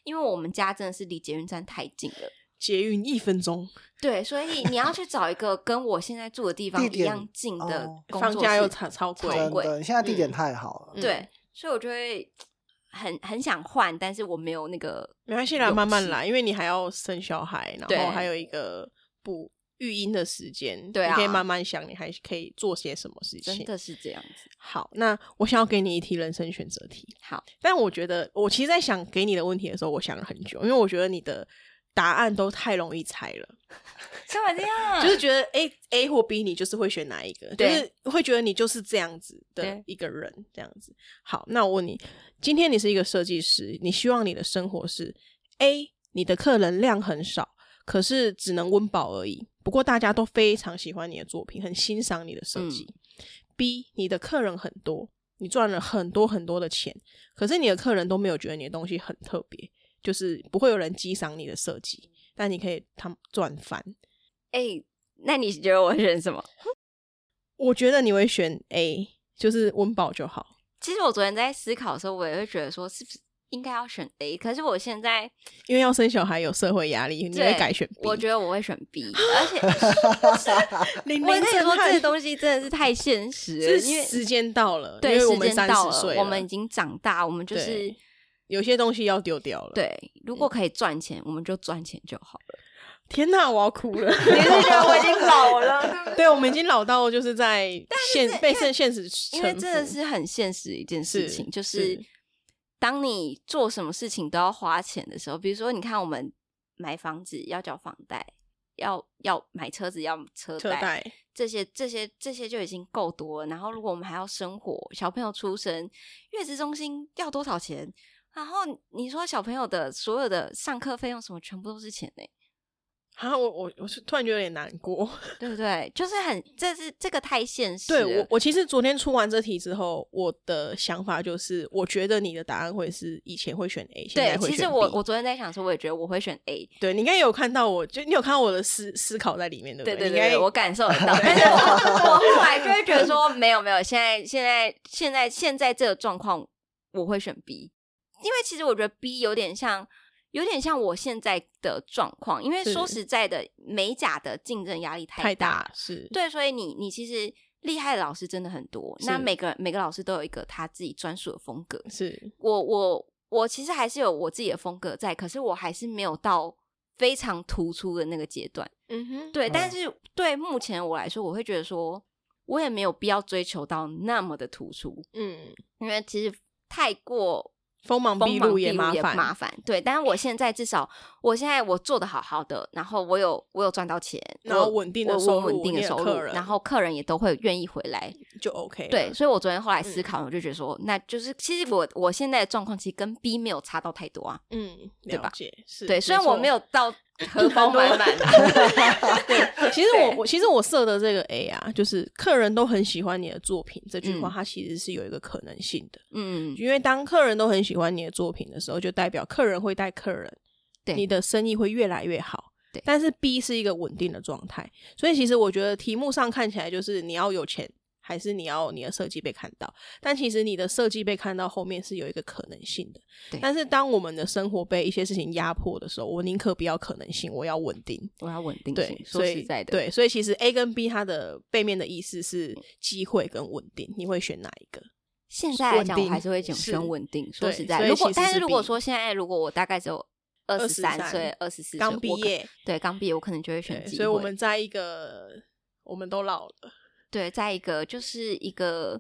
[SPEAKER 1] 因为我们家真的是离捷运站太近了。
[SPEAKER 2] 捷运一分钟，
[SPEAKER 1] 对，所以你要去找一个跟我现在住的地方
[SPEAKER 3] 地
[SPEAKER 1] 一
[SPEAKER 3] 点
[SPEAKER 1] 样近的
[SPEAKER 3] 哦
[SPEAKER 1] 工
[SPEAKER 2] 房
[SPEAKER 1] 作
[SPEAKER 2] 价又
[SPEAKER 1] 室
[SPEAKER 2] 超超贵，
[SPEAKER 1] 超
[SPEAKER 3] 真
[SPEAKER 1] 贵
[SPEAKER 3] 的，现在地点太好了。
[SPEAKER 2] 嗯
[SPEAKER 1] 对，所以我就会很很想换，但是我没有那个
[SPEAKER 2] 没关系啦，
[SPEAKER 1] 勇
[SPEAKER 2] 慢慢
[SPEAKER 1] 气
[SPEAKER 2] 来，因为你还要生小孩，
[SPEAKER 1] 对
[SPEAKER 2] 然后还有一个补育婴的时间，
[SPEAKER 1] 对啊
[SPEAKER 2] 你可以慢慢想，你还可以做些什么事
[SPEAKER 1] 真
[SPEAKER 2] 情。
[SPEAKER 1] 的是这样子。
[SPEAKER 2] 好，那我想要给你一题人生选择题，
[SPEAKER 1] 好，
[SPEAKER 2] 但我觉得我其实，在想给你的问题的时候，我想了很久，因为我觉得你的答案都太容易猜了。
[SPEAKER 1] 干 嘛这样？
[SPEAKER 2] 就是觉得 A A 或 B，你就是会选哪一个，就
[SPEAKER 1] 对
[SPEAKER 2] 是会觉得你就是这样子的
[SPEAKER 1] 对
[SPEAKER 2] 一个人，这样子。好，那我问你，今天你是一个设计师，你希望你的生活是 A，你的客人量很少，可是只能温饱而已，不过大家都非常喜欢你的作品，很欣赏你的设
[SPEAKER 1] 嗯
[SPEAKER 2] 计。B，你的客人很多，你赚了很多很多的钱，可是你的客人都没有觉得你的东西很特别，就是不会有人激赏你的设计，但你可以他们赚翻。
[SPEAKER 1] 哎、那你觉得我会选什么？
[SPEAKER 2] 我觉得你会选 A，就是温饱就好。
[SPEAKER 1] 其实我昨天在思考的时候，我也会觉得说，是不是应该要选 A？可是我现在
[SPEAKER 2] 因为要生小孩有社会压力，你会
[SPEAKER 1] 对
[SPEAKER 2] 改选 B。
[SPEAKER 1] 我觉得我会选 B，而且
[SPEAKER 2] 零
[SPEAKER 1] 我
[SPEAKER 2] 零
[SPEAKER 1] 跟你说，
[SPEAKER 2] 侦
[SPEAKER 1] 这个
[SPEAKER 2] 探
[SPEAKER 1] 东西真的是太现实了，
[SPEAKER 2] 是
[SPEAKER 1] 因为
[SPEAKER 2] 时间到了，
[SPEAKER 1] 对
[SPEAKER 2] 因为我
[SPEAKER 1] 时
[SPEAKER 2] 们
[SPEAKER 1] 间
[SPEAKER 2] 三
[SPEAKER 1] 到
[SPEAKER 2] 十岁
[SPEAKER 1] 了，
[SPEAKER 2] 了，
[SPEAKER 1] 我们已经长大，我们就是
[SPEAKER 2] 对有些东西要丢掉了。，
[SPEAKER 1] 对，如果可以赚钱，我们就赚钱就好了。
[SPEAKER 2] 天哪，我要哭了。
[SPEAKER 1] 你是觉得我已经老 了？
[SPEAKER 2] 对，我们已经老到就是在现被现现实
[SPEAKER 1] 因为
[SPEAKER 2] 臣服
[SPEAKER 1] 真的是很现实的一件事
[SPEAKER 2] 是
[SPEAKER 1] 情，就是
[SPEAKER 2] 是
[SPEAKER 1] 当你做什么事情都要花钱的时候，比如说你看我们买房子要缴房贷，要要买车子要车
[SPEAKER 2] 车
[SPEAKER 1] 贷，
[SPEAKER 2] 贷，
[SPEAKER 1] 这些这些这些就已经够多了。然后如果我们还要生活，小朋友出生，月子中心要多少钱？然后你说小朋友的所有的上课费用什么，全部都是钱呢、
[SPEAKER 2] 啊，我我我是突然觉得有点难过。
[SPEAKER 1] 对不对？就是很，这是这个太现实了。
[SPEAKER 2] 对我，我其实昨天出完这题之后，我的想法就是，我觉得你的答案会是以前会选 A，现在
[SPEAKER 1] 对，
[SPEAKER 2] 会选
[SPEAKER 1] 其
[SPEAKER 2] B。
[SPEAKER 1] 实我我昨天在想说，我也觉得我会选 A，
[SPEAKER 2] 对你应该有看到我，就你有看到我的思思考在里面，对不
[SPEAKER 1] 对对
[SPEAKER 2] 对
[SPEAKER 1] 对，我
[SPEAKER 2] 我
[SPEAKER 1] 感受得 到。但是我我后来就会觉得说，没有没有，现在现在现在现在这个状况，我会选 B，因为其实我觉得 B 有点像。有点像我现在的状况，因为
[SPEAKER 2] 是
[SPEAKER 1] 说实在的，美甲的竞争压力太
[SPEAKER 2] 太
[SPEAKER 1] 大
[SPEAKER 2] 大是，
[SPEAKER 1] 对，所以你你其实厉害的老师真的很多，
[SPEAKER 2] 是
[SPEAKER 1] 那每个每个老师都有一个他自己专属的风格，
[SPEAKER 2] 是
[SPEAKER 1] 我我我其实还是有我自己的风格在，可是我还是没有到非常突出的那个阶段。
[SPEAKER 2] 嗯哼，
[SPEAKER 1] 对，
[SPEAKER 3] 嗯
[SPEAKER 1] 但是对目前我来说，我会觉得说，我也没有必要追求到那么的突出，
[SPEAKER 2] 嗯，
[SPEAKER 1] 因为其实太过
[SPEAKER 2] 锋芒
[SPEAKER 1] 锋
[SPEAKER 2] 毕
[SPEAKER 1] 芒
[SPEAKER 2] 露
[SPEAKER 1] 毕
[SPEAKER 2] 也
[SPEAKER 1] 露
[SPEAKER 2] 麻
[SPEAKER 1] 也
[SPEAKER 2] 烦。
[SPEAKER 1] 麻烦。对，但是我现在至少，我现在我做的好好的，然后我有我有赚到钱，
[SPEAKER 2] 然后
[SPEAKER 1] 我
[SPEAKER 2] 稳定的
[SPEAKER 1] 我
[SPEAKER 2] 收
[SPEAKER 1] 我稳
[SPEAKER 2] 入
[SPEAKER 1] 定
[SPEAKER 2] 你
[SPEAKER 1] 的
[SPEAKER 2] 有
[SPEAKER 1] 收
[SPEAKER 2] 客
[SPEAKER 1] 入，
[SPEAKER 2] 人
[SPEAKER 1] 然后客人也都会愿意回来。
[SPEAKER 2] 就 OK 了。
[SPEAKER 1] 对，所以我昨天后来思
[SPEAKER 2] 嗯
[SPEAKER 1] 考，我就觉得说，那就是其实我我现在的状况其实跟 B 没有差到太多啊。
[SPEAKER 2] 嗯，
[SPEAKER 1] 对
[SPEAKER 2] 了
[SPEAKER 1] 吧
[SPEAKER 2] 解是。
[SPEAKER 1] 对，虽然我
[SPEAKER 2] 错
[SPEAKER 1] 没有到荷包满满啊，
[SPEAKER 2] 对， 其实我
[SPEAKER 1] 对
[SPEAKER 2] 我其实我设的这个 A 啊，就是客人都很喜欢你的作品，这句话
[SPEAKER 1] 嗯
[SPEAKER 2] 它其实是有一个可能性的，
[SPEAKER 1] 嗯，
[SPEAKER 2] 因为当客人都很喜欢你的作品的时候，就代表客人会带客人，
[SPEAKER 1] 对
[SPEAKER 2] 你的生意会越来越好。
[SPEAKER 1] 对
[SPEAKER 2] 但是 B 是一个稳定的状态，所以其实我觉得题目上看起来就是你要有钱，还是你要你的设计被看到，但其实你的设计被看到后面是有一个可能性的。
[SPEAKER 1] 对
[SPEAKER 2] 但是当我们的生活被一些事情压迫的时候，我宁可不要可能性，我要稳定。
[SPEAKER 1] 我要稳定
[SPEAKER 2] 对
[SPEAKER 1] 性，，说
[SPEAKER 2] 所
[SPEAKER 1] 实
[SPEAKER 2] 以
[SPEAKER 1] 在的，
[SPEAKER 2] 对，所以其实 A 跟 B 它的背面的意思是机会跟稳定，你会选哪一个？
[SPEAKER 1] 现在来
[SPEAKER 2] 稳
[SPEAKER 1] 讲，我
[SPEAKER 2] 定
[SPEAKER 1] 还是会讲
[SPEAKER 2] 是
[SPEAKER 1] 选稳定。说
[SPEAKER 2] 对
[SPEAKER 1] 实在，
[SPEAKER 2] 所以
[SPEAKER 1] 如果
[SPEAKER 2] 其实
[SPEAKER 1] 但
[SPEAKER 2] 是
[SPEAKER 1] 是如果
[SPEAKER 2] 比
[SPEAKER 1] 说现在如果我大概只有二十三
[SPEAKER 2] 23
[SPEAKER 1] 岁、二十四岁
[SPEAKER 2] 刚毕，
[SPEAKER 1] 我可
[SPEAKER 2] 业，
[SPEAKER 1] 对刚毕业，我可能就会选
[SPEAKER 2] 对，
[SPEAKER 1] 机
[SPEAKER 2] 所以我
[SPEAKER 1] 会。
[SPEAKER 2] 们在一个我们都老了，
[SPEAKER 1] 对，再一个就是一个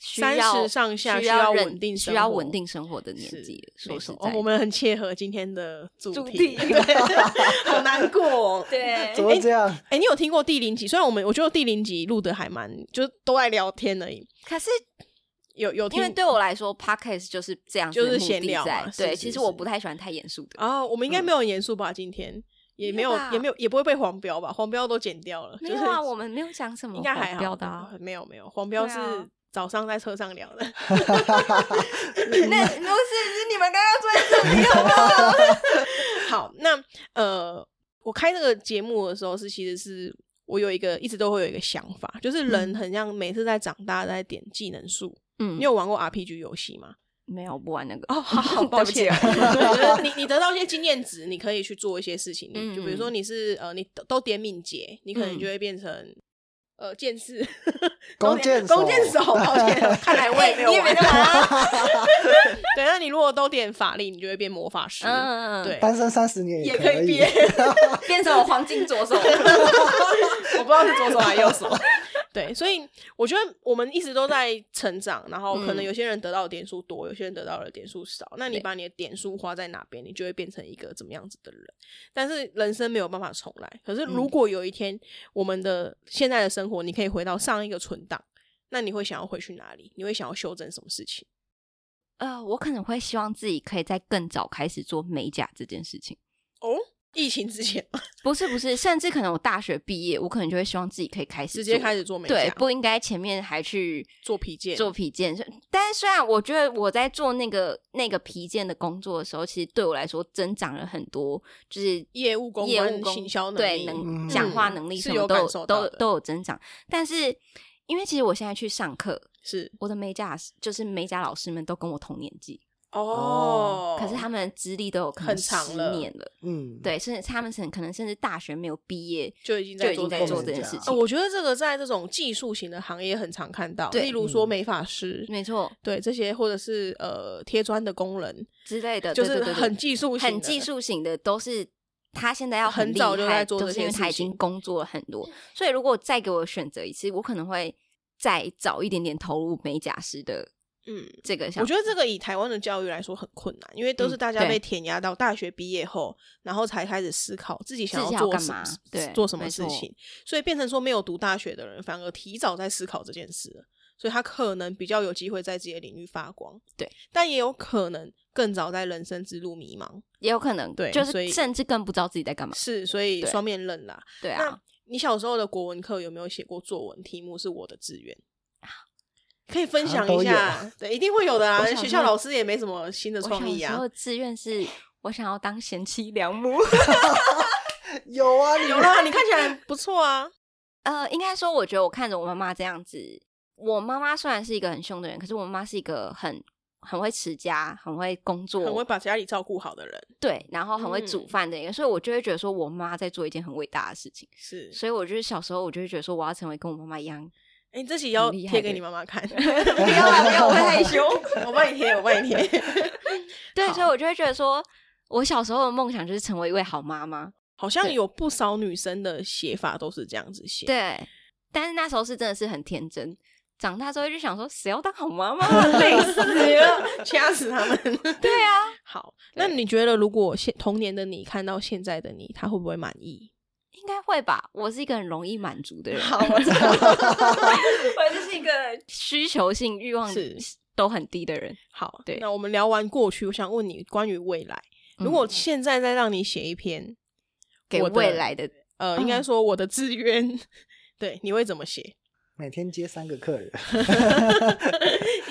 [SPEAKER 1] 需
[SPEAKER 2] 30
[SPEAKER 1] 要
[SPEAKER 2] 上下
[SPEAKER 1] 需
[SPEAKER 2] 需要
[SPEAKER 1] 认
[SPEAKER 2] 稳定
[SPEAKER 1] 需
[SPEAKER 2] 生
[SPEAKER 1] 要
[SPEAKER 2] 活
[SPEAKER 1] 稳定生活的年
[SPEAKER 2] 是
[SPEAKER 1] 纪。
[SPEAKER 2] 没
[SPEAKER 1] 说实
[SPEAKER 2] 错
[SPEAKER 1] 在
[SPEAKER 2] 哦，我
[SPEAKER 1] 的，
[SPEAKER 2] 们很切合今天的主
[SPEAKER 1] 主
[SPEAKER 2] 题，
[SPEAKER 1] 题
[SPEAKER 2] 对 好难过、哦。
[SPEAKER 1] 对
[SPEAKER 3] 怎么会这样？
[SPEAKER 2] 哎、你有听过第零集？虽然我们我觉得第零集录的还蛮，就是都在聊天而已。
[SPEAKER 1] 可是
[SPEAKER 2] 有有听，
[SPEAKER 1] 因为对我来说，podcast 就是这样子
[SPEAKER 2] 就
[SPEAKER 1] 的
[SPEAKER 2] 是
[SPEAKER 1] 目
[SPEAKER 2] 闲
[SPEAKER 1] 的
[SPEAKER 2] 聊
[SPEAKER 1] 在
[SPEAKER 2] 嘛是
[SPEAKER 1] 对，
[SPEAKER 2] 是
[SPEAKER 1] 其实我
[SPEAKER 2] 是
[SPEAKER 1] 不太喜欢太严肃的。
[SPEAKER 2] 哦，我们应该
[SPEAKER 1] 嗯
[SPEAKER 2] 没有很严肃吧？今天也没
[SPEAKER 1] 没有
[SPEAKER 2] 有，
[SPEAKER 1] 吧
[SPEAKER 2] 也没有，也不会被黄标吧？黄标都剪掉了，
[SPEAKER 1] 没
[SPEAKER 2] 就
[SPEAKER 1] 有
[SPEAKER 2] 是
[SPEAKER 1] 啊，我们没有讲什么
[SPEAKER 2] 应该还
[SPEAKER 1] 黄
[SPEAKER 2] 好
[SPEAKER 1] 标的啊。
[SPEAKER 2] 没有没有，黄标
[SPEAKER 1] 对
[SPEAKER 2] 是
[SPEAKER 1] 啊
[SPEAKER 2] 早上在车上聊的，
[SPEAKER 1] 那不是是你们刚刚坐在这里好不好？
[SPEAKER 2] 好，那呃，我开这个节目的时候是，其实是我有一个一直都会有一个想法，就是人很像每次在长大在点技能树。
[SPEAKER 1] 嗯
[SPEAKER 2] 你，有玩过 RPG 游戏吗？
[SPEAKER 1] 没有不玩那个
[SPEAKER 2] 哦，好 好，抱歉，
[SPEAKER 1] 对 不起啊
[SPEAKER 2] 就是你你得到一些经验值，你可以去做一些事情。你就比如
[SPEAKER 1] 嗯
[SPEAKER 2] 说你是呃，你都都点敏捷，你可能
[SPEAKER 1] 嗯
[SPEAKER 2] 就会变成。呃，剑士，
[SPEAKER 3] 弓
[SPEAKER 2] 箭
[SPEAKER 3] 箭
[SPEAKER 2] 弓箭手，
[SPEAKER 3] 手
[SPEAKER 2] 抱歉， 看来我也没有
[SPEAKER 1] 你哎
[SPEAKER 2] 玩
[SPEAKER 1] 也没 在玩啊
[SPEAKER 2] 对，那你如果都点法力，你就会变魔法师。
[SPEAKER 1] 嗯，
[SPEAKER 2] 对，
[SPEAKER 3] 单身三十年
[SPEAKER 2] 也
[SPEAKER 3] 可
[SPEAKER 2] 可以变，
[SPEAKER 1] 变成我黄金左 手。
[SPEAKER 2] 我不知道是左手还是右 手。对，所以我觉得我们一直都在成长，然后可能
[SPEAKER 1] 嗯
[SPEAKER 2] 有些人得到的点数多，有些人得到的点数少。那你
[SPEAKER 1] 对
[SPEAKER 2] 把你的点数花在哪边，你就会变成一个怎么样子的人。但是人生没有办法重来。可是如
[SPEAKER 1] 嗯
[SPEAKER 2] 果有一天我们的现在的生活，你可以回到上一个存档，那你会想要回去哪里？你会想要修正什么事情？
[SPEAKER 1] 呃，我可能会希望自己可以在更早开始做美甲这件事情。
[SPEAKER 2] 哦，疫情之前
[SPEAKER 1] 不是不是，甚至可能我大学毕业，我可能就会希望自己可以开始
[SPEAKER 2] 直接
[SPEAKER 1] 做
[SPEAKER 2] 开始做美
[SPEAKER 1] 对
[SPEAKER 2] 甲，，
[SPEAKER 1] 不应该前面还去
[SPEAKER 2] 做皮件，
[SPEAKER 1] 做皮件。但是虽然我觉得我在做那个那个皮件的工作的时候，其实对我来说增长了很多，就是
[SPEAKER 2] 业务公
[SPEAKER 1] 业务
[SPEAKER 2] 关
[SPEAKER 1] 工
[SPEAKER 2] 行销能
[SPEAKER 1] 对
[SPEAKER 2] 力
[SPEAKER 1] 能
[SPEAKER 3] 嗯
[SPEAKER 1] 讲话能力
[SPEAKER 2] 是
[SPEAKER 1] 什
[SPEAKER 2] 有
[SPEAKER 1] 么都
[SPEAKER 2] 感
[SPEAKER 1] 有
[SPEAKER 2] 受到
[SPEAKER 1] 都
[SPEAKER 2] 的
[SPEAKER 1] 都有增长，但是。因为其实我现在去上课，
[SPEAKER 2] 是
[SPEAKER 1] 我的美甲就是美甲老师们都跟我同年纪，
[SPEAKER 2] 哦
[SPEAKER 3] 哦，
[SPEAKER 1] 可是他们的资历都有可
[SPEAKER 2] 很
[SPEAKER 1] 能
[SPEAKER 2] 长
[SPEAKER 1] 十
[SPEAKER 2] 了
[SPEAKER 1] 年了，
[SPEAKER 3] 嗯，
[SPEAKER 1] 对，甚至他们甚可能甚至大学没有毕业
[SPEAKER 2] 就已经
[SPEAKER 1] 就
[SPEAKER 2] 在
[SPEAKER 1] 已
[SPEAKER 2] 做
[SPEAKER 1] 经在做
[SPEAKER 3] 这
[SPEAKER 1] 这
[SPEAKER 3] 件
[SPEAKER 1] 件
[SPEAKER 3] 事
[SPEAKER 2] 哦，
[SPEAKER 1] 事情，
[SPEAKER 2] 我觉得这个在这种技术型的行业很常看到，
[SPEAKER 1] 对嗯
[SPEAKER 2] 例如说美发师，
[SPEAKER 1] 没错
[SPEAKER 2] 对这些，或者是呃贴砖的工人，
[SPEAKER 1] 之类的，
[SPEAKER 2] 就
[SPEAKER 1] 对对
[SPEAKER 2] 是
[SPEAKER 1] 对对
[SPEAKER 2] 很技术型的
[SPEAKER 1] 很技术型的，都是他现在要
[SPEAKER 2] 很
[SPEAKER 1] 厉
[SPEAKER 2] 早就在
[SPEAKER 1] 害
[SPEAKER 2] 做
[SPEAKER 1] 都
[SPEAKER 2] 这
[SPEAKER 1] 是因
[SPEAKER 2] 些
[SPEAKER 1] 为他
[SPEAKER 2] 事
[SPEAKER 1] 已经
[SPEAKER 2] 情
[SPEAKER 1] 工作了很多，所以如果再给我选择一次，我可能会再早一点点投入美甲师的
[SPEAKER 2] 嗯。
[SPEAKER 1] 这个项
[SPEAKER 2] 我
[SPEAKER 1] 目。
[SPEAKER 2] 觉得这个以台湾的教育来说很困难，因为都是
[SPEAKER 1] 嗯
[SPEAKER 2] 大家
[SPEAKER 1] 对
[SPEAKER 2] 被填压到大学毕业后，然后才开始思考自己想
[SPEAKER 1] 自己要
[SPEAKER 2] 做
[SPEAKER 1] 干
[SPEAKER 2] 什么
[SPEAKER 1] 嘛
[SPEAKER 2] 事，
[SPEAKER 1] 对
[SPEAKER 2] 做什么
[SPEAKER 1] 没
[SPEAKER 2] 事
[SPEAKER 1] 错
[SPEAKER 2] 情，所以变成说没有读大学的人反而提早在思考这件事了，所以他可能比较有机会在自己的领域发光，
[SPEAKER 1] 对，
[SPEAKER 2] 但也有可能更早在人生之路迷茫，
[SPEAKER 1] 也有可能，
[SPEAKER 2] 对
[SPEAKER 1] 就
[SPEAKER 2] 所以
[SPEAKER 1] 是甚至更不知道自己在干嘛。
[SPEAKER 2] 是，所以
[SPEAKER 1] 对
[SPEAKER 2] 双面刃啦，
[SPEAKER 1] 对
[SPEAKER 2] 那
[SPEAKER 1] 啊，
[SPEAKER 2] 你小时候的国文课有没有写过作文？题目是我的志愿，
[SPEAKER 1] 啊
[SPEAKER 2] 可以分享一
[SPEAKER 3] 好
[SPEAKER 2] 下
[SPEAKER 3] 像。
[SPEAKER 2] 对，一定会有的啊
[SPEAKER 1] 我。小时候
[SPEAKER 2] 学校老师也没什么新的
[SPEAKER 1] 我
[SPEAKER 2] 创
[SPEAKER 1] 小
[SPEAKER 2] 意
[SPEAKER 1] 时
[SPEAKER 2] 啊
[SPEAKER 1] 候。的志愿 是我想要当贤妻良母。
[SPEAKER 3] 有啊，你
[SPEAKER 2] 有啦，你看起来不错啊。
[SPEAKER 1] 呃，应该说，我觉得我看着我妈妈这样子，我妈妈虽然是一个很凶的人，可是我妈妈是一个很很会持家、很会工作、
[SPEAKER 2] 很会把家里照顾好的人
[SPEAKER 1] 对，然后很会煮
[SPEAKER 2] 嗯
[SPEAKER 1] 饭的一个，所以我就会觉得说我妈在做一件很伟大的事情，
[SPEAKER 2] 是。
[SPEAKER 1] 所以我就是小时候我就会觉得说我要成为跟我妈妈一样，
[SPEAKER 2] 哎，你这期要
[SPEAKER 1] 很厉害
[SPEAKER 2] 贴
[SPEAKER 1] 的
[SPEAKER 2] 给
[SPEAKER 1] 人
[SPEAKER 2] 你妈妈 看，
[SPEAKER 1] 不要啊不要， 我会害羞。
[SPEAKER 2] 我帮你贴，我帮你贴。
[SPEAKER 1] 对
[SPEAKER 2] 好，
[SPEAKER 1] 所以我就会觉得说，我小时候的梦想就是成为一位好妈妈。
[SPEAKER 2] 好像
[SPEAKER 1] 对
[SPEAKER 2] 有不少女生的写法都是这样子写。
[SPEAKER 1] 对，但是那时候是真的是很天真，长大之后就想说，谁要当好妈妈， 累死了。
[SPEAKER 2] 啊掐死他们。
[SPEAKER 1] 对啊，
[SPEAKER 2] 好，
[SPEAKER 1] 对
[SPEAKER 2] 那你觉得如果现童年的你看到现在的你，他会不会满意？
[SPEAKER 1] 应该会吧。我是一个很容易满足的人，
[SPEAKER 2] 我知道。
[SPEAKER 1] 我就是一个需求性、欲望
[SPEAKER 2] 是
[SPEAKER 1] 都很低的人。
[SPEAKER 2] 好，
[SPEAKER 1] 对嗯
[SPEAKER 2] 那我们聊完过去，我想问你关于未来，如果现在再让你写一篇，
[SPEAKER 1] 给
[SPEAKER 2] 我的
[SPEAKER 1] 未来的
[SPEAKER 2] 呃，
[SPEAKER 1] 嗯
[SPEAKER 2] 应该说我的志愿， 对，你会怎么写？
[SPEAKER 3] 每天接三个客人，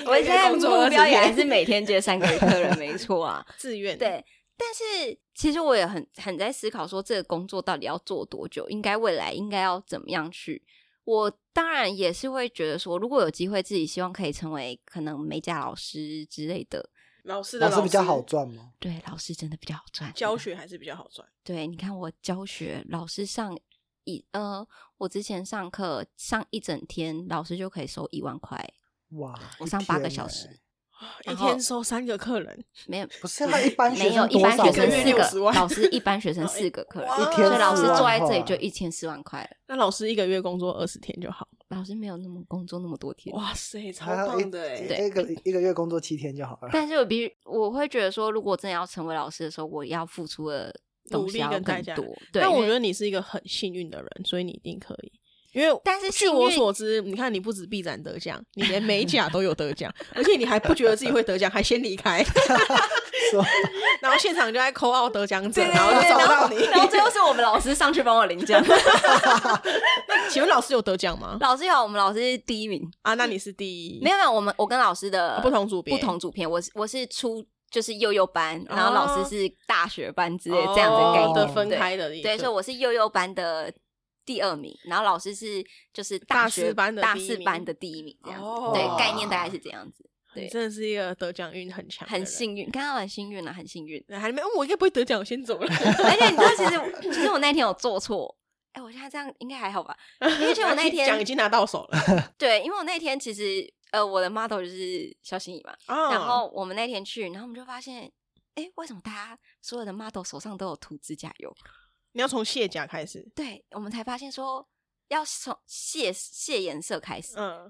[SPEAKER 1] 我现在
[SPEAKER 2] 工作
[SPEAKER 1] 目标也
[SPEAKER 2] 20
[SPEAKER 1] 还
[SPEAKER 2] 天
[SPEAKER 1] 是每天接三个客人，没错啊。
[SPEAKER 2] 志愿，
[SPEAKER 1] 对，但是其实我也很很在思考，说这个工作到底要做多久，应该未来应该要怎么样去。我当然也是会觉得说，如果有机会，自己希望可以成为可能美甲老师之类的。
[SPEAKER 2] 老师的
[SPEAKER 3] 老
[SPEAKER 2] 老
[SPEAKER 3] 师哦比较好，嗯赚吗？
[SPEAKER 1] 对，老师真的比较好赚，
[SPEAKER 2] 教学还是比较好赚。
[SPEAKER 1] 对，你看我教学，老师上一呃，我之前上课上一整天，老师就可以收一万块，
[SPEAKER 3] 哇，
[SPEAKER 1] 我
[SPEAKER 3] 一
[SPEAKER 1] 上八个
[SPEAKER 3] 天
[SPEAKER 1] 小
[SPEAKER 3] 欸
[SPEAKER 1] 时，
[SPEAKER 2] 啊一
[SPEAKER 1] 然后
[SPEAKER 2] 天收三个客人，
[SPEAKER 1] 没有
[SPEAKER 3] 不是他一般学
[SPEAKER 1] 没有
[SPEAKER 3] 生
[SPEAKER 1] 一
[SPEAKER 3] 多
[SPEAKER 1] 般学
[SPEAKER 3] 少个啊
[SPEAKER 1] 生
[SPEAKER 2] 月
[SPEAKER 1] 四
[SPEAKER 3] 月？
[SPEAKER 1] 个
[SPEAKER 2] 60,000
[SPEAKER 1] 老师，一般 学生四个客人，
[SPEAKER 2] 一
[SPEAKER 1] 所
[SPEAKER 2] 天
[SPEAKER 1] 以
[SPEAKER 3] 哦
[SPEAKER 1] 老师
[SPEAKER 2] 40,000
[SPEAKER 1] 坐在这里
[SPEAKER 3] 块
[SPEAKER 1] 就一千四万块了。
[SPEAKER 2] 那老师一个月工作二十天就好。
[SPEAKER 1] 老师没有那么工作那么多天，
[SPEAKER 2] 哇塞，超
[SPEAKER 3] 他一
[SPEAKER 2] 棒的哎！
[SPEAKER 1] 对
[SPEAKER 3] 一个一个月工作七天就好了。
[SPEAKER 1] 但是我必须我会觉得说，如果真的要成为老师的时候，我要付出的
[SPEAKER 2] 努
[SPEAKER 1] 东
[SPEAKER 2] 力
[SPEAKER 1] 西要
[SPEAKER 2] 跟代
[SPEAKER 1] 更
[SPEAKER 2] 价
[SPEAKER 1] 多。对，
[SPEAKER 2] 但
[SPEAKER 1] 因
[SPEAKER 2] 我
[SPEAKER 1] 为
[SPEAKER 2] 觉得你是一个很幸运的人，所以你一定可以。因为
[SPEAKER 1] 但是
[SPEAKER 2] 据
[SPEAKER 1] 幸
[SPEAKER 2] 我
[SPEAKER 1] 运
[SPEAKER 2] 所知，你看你不止必然得奖，你连美甲都有得奖，而且你还不觉得自己会得奖，还先离开，
[SPEAKER 3] 说
[SPEAKER 2] 然后现场就在扣奥得奖者，
[SPEAKER 1] 对对对
[SPEAKER 2] 然后就
[SPEAKER 1] 对
[SPEAKER 2] 找
[SPEAKER 1] 然
[SPEAKER 2] 到
[SPEAKER 1] 后
[SPEAKER 2] 你。
[SPEAKER 1] 然后最后是我们老师上去帮我领 奖。
[SPEAKER 2] 那请问老师有得奖吗？
[SPEAKER 1] 老师有，我们老师是第一名。
[SPEAKER 2] 啊，那你是第一，
[SPEAKER 1] 没有没有，我们我跟老师的
[SPEAKER 2] 哦不同组别
[SPEAKER 1] 不同组别，我是我是初就是幼幼班，然后
[SPEAKER 2] 哦
[SPEAKER 1] 老师是大学班之类这样的概
[SPEAKER 2] 哦
[SPEAKER 1] 念
[SPEAKER 2] 的分
[SPEAKER 1] 对
[SPEAKER 2] 开的一个，
[SPEAKER 1] 对，所以我是幼幼班的第二名，然后老师是就是
[SPEAKER 2] 大
[SPEAKER 1] 学
[SPEAKER 2] 四班的
[SPEAKER 1] 大
[SPEAKER 2] 第一
[SPEAKER 1] 四
[SPEAKER 2] 名
[SPEAKER 1] 班的第一名这样子。
[SPEAKER 2] 哦
[SPEAKER 1] 对，概念大概是这样子，对
[SPEAKER 2] 你真的是一个得奖运很强，。
[SPEAKER 1] 很。幸运，看到很幸运啊，很幸运
[SPEAKER 2] 还没，哦我应该不会得奖，我先 走了。
[SPEAKER 1] 而且你知道，其实我 其实我那天有做错。哎、我现在这样应该还好吧？而且我那天
[SPEAKER 2] 奖已经拿到手了，
[SPEAKER 1] 对，因为我那天其实呃，我的 model 就是肖欣怡嘛，
[SPEAKER 2] 哦
[SPEAKER 1] 然后我们那天去，然后我们就发现，哎，为什么大家所有的 model 手上都有涂指甲油？
[SPEAKER 2] 你要从卸甲开始，
[SPEAKER 1] 对，我们才发现说要从卸卸颜色开始。
[SPEAKER 2] 嗯，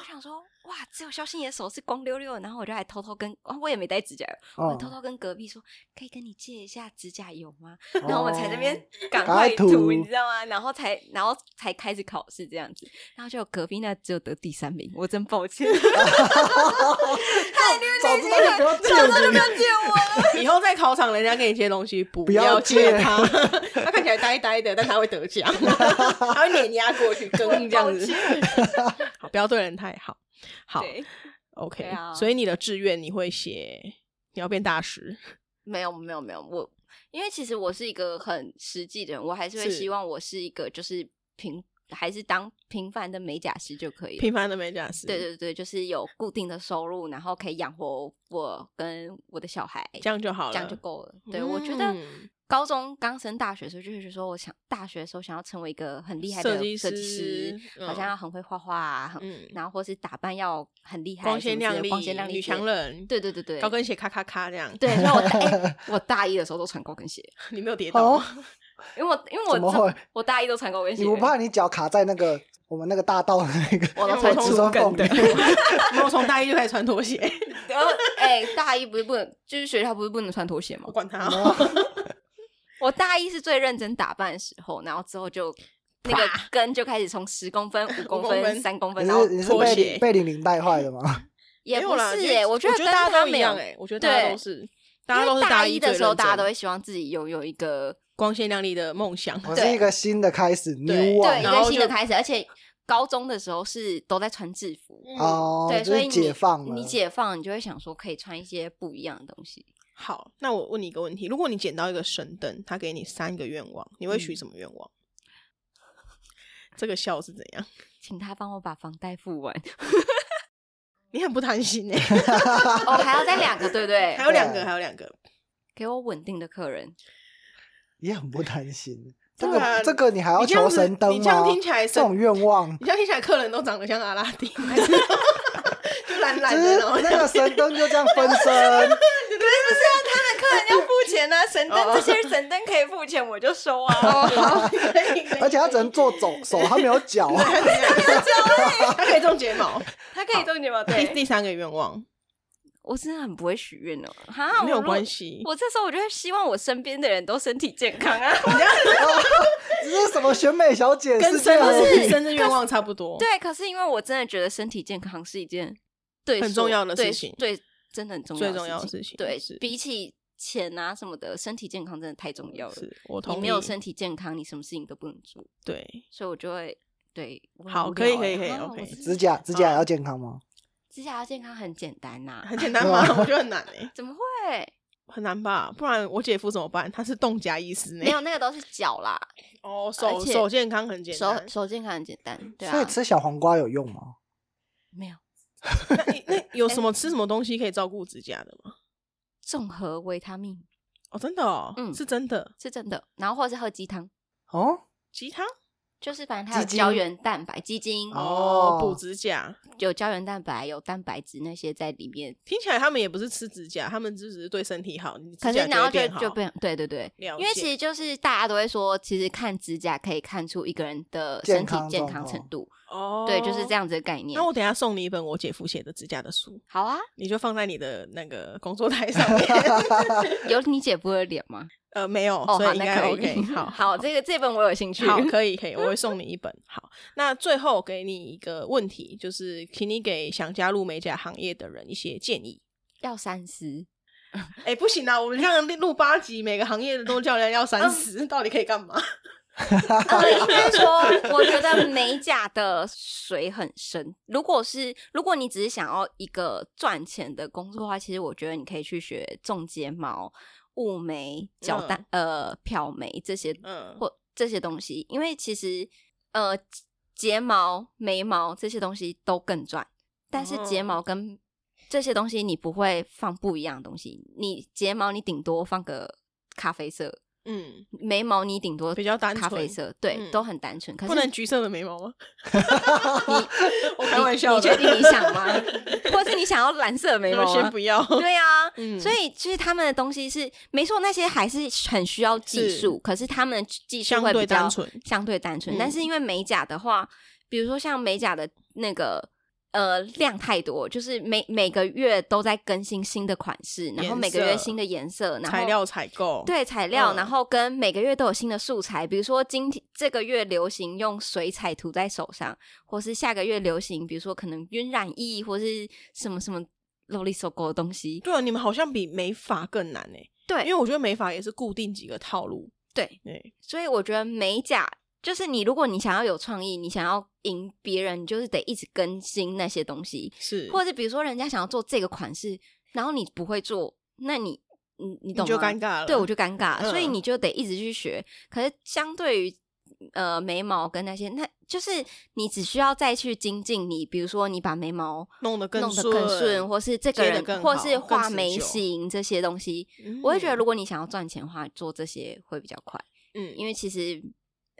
[SPEAKER 1] 我想说，哇，只有肖欣怡的手是光溜溜的，然后我就还偷偷跟，啊我也没带指甲油，我还
[SPEAKER 3] 哦
[SPEAKER 1] 偷，偷跟隔壁说，可以跟你借一下指甲油吗？然后我们才
[SPEAKER 2] 哦
[SPEAKER 1] 那
[SPEAKER 3] 哦
[SPEAKER 1] 边赶
[SPEAKER 3] 赶
[SPEAKER 1] 快
[SPEAKER 3] 快
[SPEAKER 1] 涂，
[SPEAKER 3] 涂
[SPEAKER 1] 你知道吗？然后才然后才开始考试这样子，然后就有隔壁那只有得第三名，我真抱 歉，
[SPEAKER 3] 早知道就不要 借我
[SPEAKER 1] 不要借我 了。
[SPEAKER 2] 以后在考场人家给你借东 西，不
[SPEAKER 3] 不要
[SPEAKER 2] 借
[SPEAKER 3] 借
[SPEAKER 2] 他，他看起来呆呆的，但他会得 奖，他会碾压过去，跟这样子。 好，不要对人太好。好
[SPEAKER 1] 对，
[SPEAKER 2] ，OK，、
[SPEAKER 1] 对啊
[SPEAKER 2] 所以你的志愿你会写你要变大师，
[SPEAKER 1] 没有没有没有，我因为其实我是一个很实际的人，我还是会
[SPEAKER 2] 是
[SPEAKER 1] 希望我是一个就是平还是当平凡的美甲师就可以了。
[SPEAKER 2] 平凡的美甲师，
[SPEAKER 1] 对，对对，就是有固定的收入，然后可以养活我跟我的小孩，
[SPEAKER 2] 这样就好了，
[SPEAKER 1] 这样就够了。对，我觉得
[SPEAKER 2] 嗯
[SPEAKER 1] 高中刚升大学的时候，就会觉得说，我想大学的时候想要成为一个很厉害的
[SPEAKER 2] 设计
[SPEAKER 1] 设计
[SPEAKER 2] 师
[SPEAKER 1] 师，好像
[SPEAKER 2] 嗯
[SPEAKER 1] 要很会画画、啊，很
[SPEAKER 2] 嗯
[SPEAKER 1] 然后或是打扮要很厉害，
[SPEAKER 2] 光鲜亮丽，
[SPEAKER 1] 光鲜亮丽
[SPEAKER 2] 女
[SPEAKER 1] 之类
[SPEAKER 2] 强。人，
[SPEAKER 1] 对对对对，
[SPEAKER 2] 高跟鞋咔咔咔这样，
[SPEAKER 1] 对，所以我大、 哎我大一的时候都穿高跟鞋，
[SPEAKER 2] 你没有跌倒
[SPEAKER 3] 哦
[SPEAKER 2] 吗，，
[SPEAKER 1] 因为我因为我
[SPEAKER 3] 怎么
[SPEAKER 1] 真
[SPEAKER 3] 会
[SPEAKER 1] 我大一都穿高跟鞋，
[SPEAKER 3] 你不怕你脚卡在那个我们那个大道的那个
[SPEAKER 1] 我都
[SPEAKER 2] 穿
[SPEAKER 3] 瓷砖缝里
[SPEAKER 2] 跟
[SPEAKER 3] 面？
[SPEAKER 2] 没有从大一就开始穿拖鞋，
[SPEAKER 1] 然后哎、大一不是不能，就是学校不是不能穿拖鞋吗
[SPEAKER 2] 我？管他、
[SPEAKER 3] 然后
[SPEAKER 1] 我大一是最认真打扮的时候，然后之后就那个跟就开始从十公分、五公
[SPEAKER 2] 公分
[SPEAKER 1] 分、三公分，
[SPEAKER 3] 你
[SPEAKER 1] 然后
[SPEAKER 3] 是你是
[SPEAKER 2] 拖
[SPEAKER 3] 被
[SPEAKER 2] 鞋
[SPEAKER 3] 被玲玲带坏的吗？
[SPEAKER 1] 也
[SPEAKER 2] 没
[SPEAKER 1] 不
[SPEAKER 2] 有啦
[SPEAKER 1] 是
[SPEAKER 2] 因
[SPEAKER 1] 哎、
[SPEAKER 2] 为
[SPEAKER 1] 我觉得跟
[SPEAKER 2] 大家
[SPEAKER 1] 他
[SPEAKER 2] 都一
[SPEAKER 1] 没
[SPEAKER 2] 样
[SPEAKER 1] 有，
[SPEAKER 2] 哎，我觉得大家
[SPEAKER 1] 对
[SPEAKER 2] 都是，
[SPEAKER 1] 因
[SPEAKER 2] 大家都
[SPEAKER 1] 为
[SPEAKER 2] 是
[SPEAKER 1] 大
[SPEAKER 2] 一
[SPEAKER 1] 的
[SPEAKER 2] 最
[SPEAKER 1] 时候，
[SPEAKER 2] 认真
[SPEAKER 1] 大家都会希望自己有有一个
[SPEAKER 2] 光鲜亮丽的梦想，
[SPEAKER 3] 我
[SPEAKER 1] 对
[SPEAKER 3] 是一个新的开始
[SPEAKER 2] 对
[SPEAKER 3] ，new
[SPEAKER 1] 对一
[SPEAKER 3] one
[SPEAKER 2] 然
[SPEAKER 3] 啊
[SPEAKER 2] 后
[SPEAKER 1] 个
[SPEAKER 2] 就
[SPEAKER 1] 新的开始，而且高中的时候是都在穿制服，
[SPEAKER 2] 嗯
[SPEAKER 3] 哦，
[SPEAKER 1] 对，
[SPEAKER 3] 就
[SPEAKER 1] 所以
[SPEAKER 3] 是
[SPEAKER 1] 你
[SPEAKER 3] 解放了，
[SPEAKER 1] 你解放，你就会想说可以穿一些不一样的东西。
[SPEAKER 2] 好，那我问你一个问题：如果你捡到一个神灯，他给你三个愿望，你会许
[SPEAKER 1] 嗯
[SPEAKER 2] 什么愿望？ 这个笑是怎样？
[SPEAKER 1] 请他帮我把房贷付完，
[SPEAKER 2] 你很不贪心哎、
[SPEAKER 1] 哦，还要再两个，对不对
[SPEAKER 2] 还？有两个，
[SPEAKER 3] 对
[SPEAKER 2] 还有两个，
[SPEAKER 1] 给我稳定的客人，
[SPEAKER 3] 也很不担心。这
[SPEAKER 2] 对啊
[SPEAKER 3] 个这个你还要
[SPEAKER 2] 你这样
[SPEAKER 3] 求
[SPEAKER 2] 子
[SPEAKER 3] 神灯
[SPEAKER 2] 你这样
[SPEAKER 3] 吗？
[SPEAKER 2] 听起来神
[SPEAKER 3] 这种愿望，
[SPEAKER 2] 你像听起来客人都长得像阿拉 丁，还是就懒
[SPEAKER 3] 就
[SPEAKER 2] 懒的，
[SPEAKER 3] 是
[SPEAKER 2] 然后
[SPEAKER 3] 那个神灯就这样分身，
[SPEAKER 1] 不是不是啊，他的客然要付钱啊！神灯这些神灯可以付钱，我就收啊。
[SPEAKER 2] 哦，好，可以，可以
[SPEAKER 3] 而且他只能做手手，他没有脚。啊
[SPEAKER 2] 他可以种睫毛。
[SPEAKER 1] 他可以中睫毛，
[SPEAKER 2] 第
[SPEAKER 1] 对，
[SPEAKER 2] 第三个愿望
[SPEAKER 1] 我真的很不会许愿哦。哈，
[SPEAKER 2] 没有
[SPEAKER 1] 我如
[SPEAKER 2] 关。系，
[SPEAKER 1] 我这时候我就会希望我身边的人都身体健康啊。
[SPEAKER 3] 这是什么选美小姐
[SPEAKER 2] 跟
[SPEAKER 3] 是这
[SPEAKER 2] 生
[SPEAKER 3] 样
[SPEAKER 1] 不
[SPEAKER 2] 日
[SPEAKER 1] 是
[SPEAKER 2] 生日愿望差不多。
[SPEAKER 1] 对，可是因为我真的觉得身体健康是一件对
[SPEAKER 2] 很
[SPEAKER 1] 所
[SPEAKER 2] 重要的
[SPEAKER 1] 对
[SPEAKER 2] 事情
[SPEAKER 1] 对，真的很重要
[SPEAKER 2] 最
[SPEAKER 1] 的
[SPEAKER 2] 重要的
[SPEAKER 1] 事
[SPEAKER 2] 事情
[SPEAKER 1] 对
[SPEAKER 2] 是，
[SPEAKER 1] 比起钱啊什么的，身体健康真的太重要了。
[SPEAKER 2] 是我同
[SPEAKER 1] 你
[SPEAKER 2] 意。
[SPEAKER 1] 没有身体健康，你什么事情都不能做，
[SPEAKER 2] 对，
[SPEAKER 1] 所以我就会对。我很
[SPEAKER 2] 好
[SPEAKER 1] 无
[SPEAKER 2] 可以
[SPEAKER 1] 聊
[SPEAKER 2] 可以
[SPEAKER 1] 欸
[SPEAKER 2] 可以
[SPEAKER 1] 啊
[SPEAKER 2] OK
[SPEAKER 1] 我是
[SPEAKER 3] 指甲指甲也要健康吗？
[SPEAKER 1] 指甲要健康很简 单呐、
[SPEAKER 2] 很简单嘛，我觉得很难诶、
[SPEAKER 1] 怎么会？
[SPEAKER 2] 很难吧？不然我姐夫怎么办？他是冻甲医师呢
[SPEAKER 1] 没。有那个都是脚啦，
[SPEAKER 2] 哦，
[SPEAKER 1] 而
[SPEAKER 2] 手
[SPEAKER 1] 且
[SPEAKER 2] 手健康很简
[SPEAKER 1] 手
[SPEAKER 2] 单。嗯
[SPEAKER 1] 手健康很简单，对
[SPEAKER 3] 所以
[SPEAKER 1] 啊，
[SPEAKER 3] 吃小黄瓜有用吗？
[SPEAKER 1] 没有
[SPEAKER 2] 那你那有什么吃什么东西可以照顾指甲的吗？
[SPEAKER 1] 综合维他命
[SPEAKER 2] 哦，真的哦，
[SPEAKER 1] 嗯
[SPEAKER 2] 是真的。
[SPEAKER 1] 是真的，然后或者是喝鸡汤，
[SPEAKER 3] 哦，
[SPEAKER 2] 鸡汤
[SPEAKER 1] 就是反正它有
[SPEAKER 3] 鸡精
[SPEAKER 1] 胶原蛋白、鸡精，
[SPEAKER 2] 哦
[SPEAKER 3] 哦，
[SPEAKER 2] 补指甲。
[SPEAKER 1] 有胶原蛋白、有蛋白质那些在里面，
[SPEAKER 2] 听起来他们也不是吃指甲，他们就只是对身体好，你
[SPEAKER 1] 可
[SPEAKER 2] 指
[SPEAKER 1] 是
[SPEAKER 2] 甲
[SPEAKER 1] 然
[SPEAKER 2] 会
[SPEAKER 1] 后就
[SPEAKER 2] 变好。
[SPEAKER 1] 就变对对对，
[SPEAKER 2] 了
[SPEAKER 1] 因
[SPEAKER 2] 解
[SPEAKER 1] 为其实就是大家都会说，其实看指甲可以看出一个人的身体
[SPEAKER 3] 健康
[SPEAKER 1] 健
[SPEAKER 3] 状
[SPEAKER 1] 康
[SPEAKER 3] 况
[SPEAKER 1] 程度，
[SPEAKER 2] 哦，
[SPEAKER 1] 对，就是这。样子的概念
[SPEAKER 2] 那。我等一下送你一本我姐夫写的指甲的书，
[SPEAKER 1] 好啊，
[SPEAKER 2] 你就放在你的那个工作台上 面。
[SPEAKER 1] 有你姐夫的脸吗？
[SPEAKER 2] 呃，没有，
[SPEAKER 1] 哦，
[SPEAKER 2] 所
[SPEAKER 1] 好，
[SPEAKER 2] 以应
[SPEAKER 1] 那
[SPEAKER 2] 该
[SPEAKER 1] 可以。
[SPEAKER 2] OK。好，
[SPEAKER 1] 好，这个这本我有兴趣。
[SPEAKER 2] 好，可以，可以，我会送你一本。好，那最后给你一个问题，就是请你给想加入美甲行业的人一些建议。
[SPEAKER 1] 要三思。
[SPEAKER 2] 哎、不行啊，我们这样录八集，每个行业的都叫人家要
[SPEAKER 1] 嗯
[SPEAKER 2] 三十，到底可以干嘛？
[SPEAKER 1] 呃，应该说，我觉得美甲的水很深。如果是如果你只是想要一个赚钱的工作的话，其实我觉得你可以去学种睫毛、雾眉、角蛋、呃漂眉这些
[SPEAKER 2] 嗯，
[SPEAKER 1] 或这些东西，因为其实呃睫毛、眉毛这些东西都更赚，但是睫毛跟这些东西你不会放不一样的东西，你睫毛你顶多放个咖啡色，
[SPEAKER 2] 嗯，
[SPEAKER 1] 眉毛你顶多
[SPEAKER 2] 比较单纯
[SPEAKER 1] 咖啡色，对，
[SPEAKER 2] 嗯
[SPEAKER 1] 都很单纯。可
[SPEAKER 2] 不
[SPEAKER 1] 是
[SPEAKER 2] 能橘色的眉毛 吗？我开
[SPEAKER 1] 你
[SPEAKER 2] 玩笑
[SPEAKER 1] 你
[SPEAKER 2] 的
[SPEAKER 1] 确定你想吗？或者是你想要蓝色的眉
[SPEAKER 2] 那
[SPEAKER 1] 毛吗
[SPEAKER 2] 先不要。
[SPEAKER 1] 对啊，
[SPEAKER 2] 嗯
[SPEAKER 1] 所以其实他们的东西是没错，那些还是很需要技术，可是他们的技术
[SPEAKER 2] 相
[SPEAKER 1] 会
[SPEAKER 2] 对
[SPEAKER 1] 比较
[SPEAKER 2] 单纯
[SPEAKER 1] 相对单纯。
[SPEAKER 2] 嗯
[SPEAKER 1] 但是因为美甲的话，比如说像美甲的那个呃量太多，就是每每个月都在更新新的款式，然后每个月
[SPEAKER 2] 颜色
[SPEAKER 1] 新的颜色，然后
[SPEAKER 2] 材料采购，，
[SPEAKER 1] 对材料，
[SPEAKER 2] 嗯
[SPEAKER 1] 然后跟每个月都有新的素材，比如说今天这个月流行用水彩涂在手上，或是下个月流行，比如说可能晕染液或是什么什么啰里嗦狗的东西。
[SPEAKER 2] 对啊，你们好像比美发更难呢、因
[SPEAKER 1] 对
[SPEAKER 2] 为我觉得美发也是固定几个套路。
[SPEAKER 1] 对，
[SPEAKER 2] 对，
[SPEAKER 1] 所以我觉得美甲就是你，如果你想要有创意，你想要赢别人，你就是得一直更新那些东西，
[SPEAKER 2] 是，
[SPEAKER 1] 或者比如说人家想要做这个款式，然后你不会做，那你嗯你你
[SPEAKER 2] 你
[SPEAKER 1] 懂吗？
[SPEAKER 2] 就尴尬了。
[SPEAKER 1] 对我就尴尬，
[SPEAKER 2] 嗯
[SPEAKER 1] 所以你就得一直去学。可是相对于呃眉毛跟那些，那就是你只需要再去精进你，比如说你把眉毛
[SPEAKER 2] 弄得更
[SPEAKER 1] 弄得更顺，
[SPEAKER 2] 顺，
[SPEAKER 1] 或是这个
[SPEAKER 2] 接得
[SPEAKER 1] 人
[SPEAKER 2] 更，
[SPEAKER 1] 或
[SPEAKER 2] 好
[SPEAKER 1] 是画
[SPEAKER 2] 更持
[SPEAKER 1] 眉
[SPEAKER 2] 久
[SPEAKER 1] 形这些东西，
[SPEAKER 2] 嗯
[SPEAKER 1] 我会觉得如果你想要赚钱的话，做这些会比较快，
[SPEAKER 2] 嗯，
[SPEAKER 1] 因为其实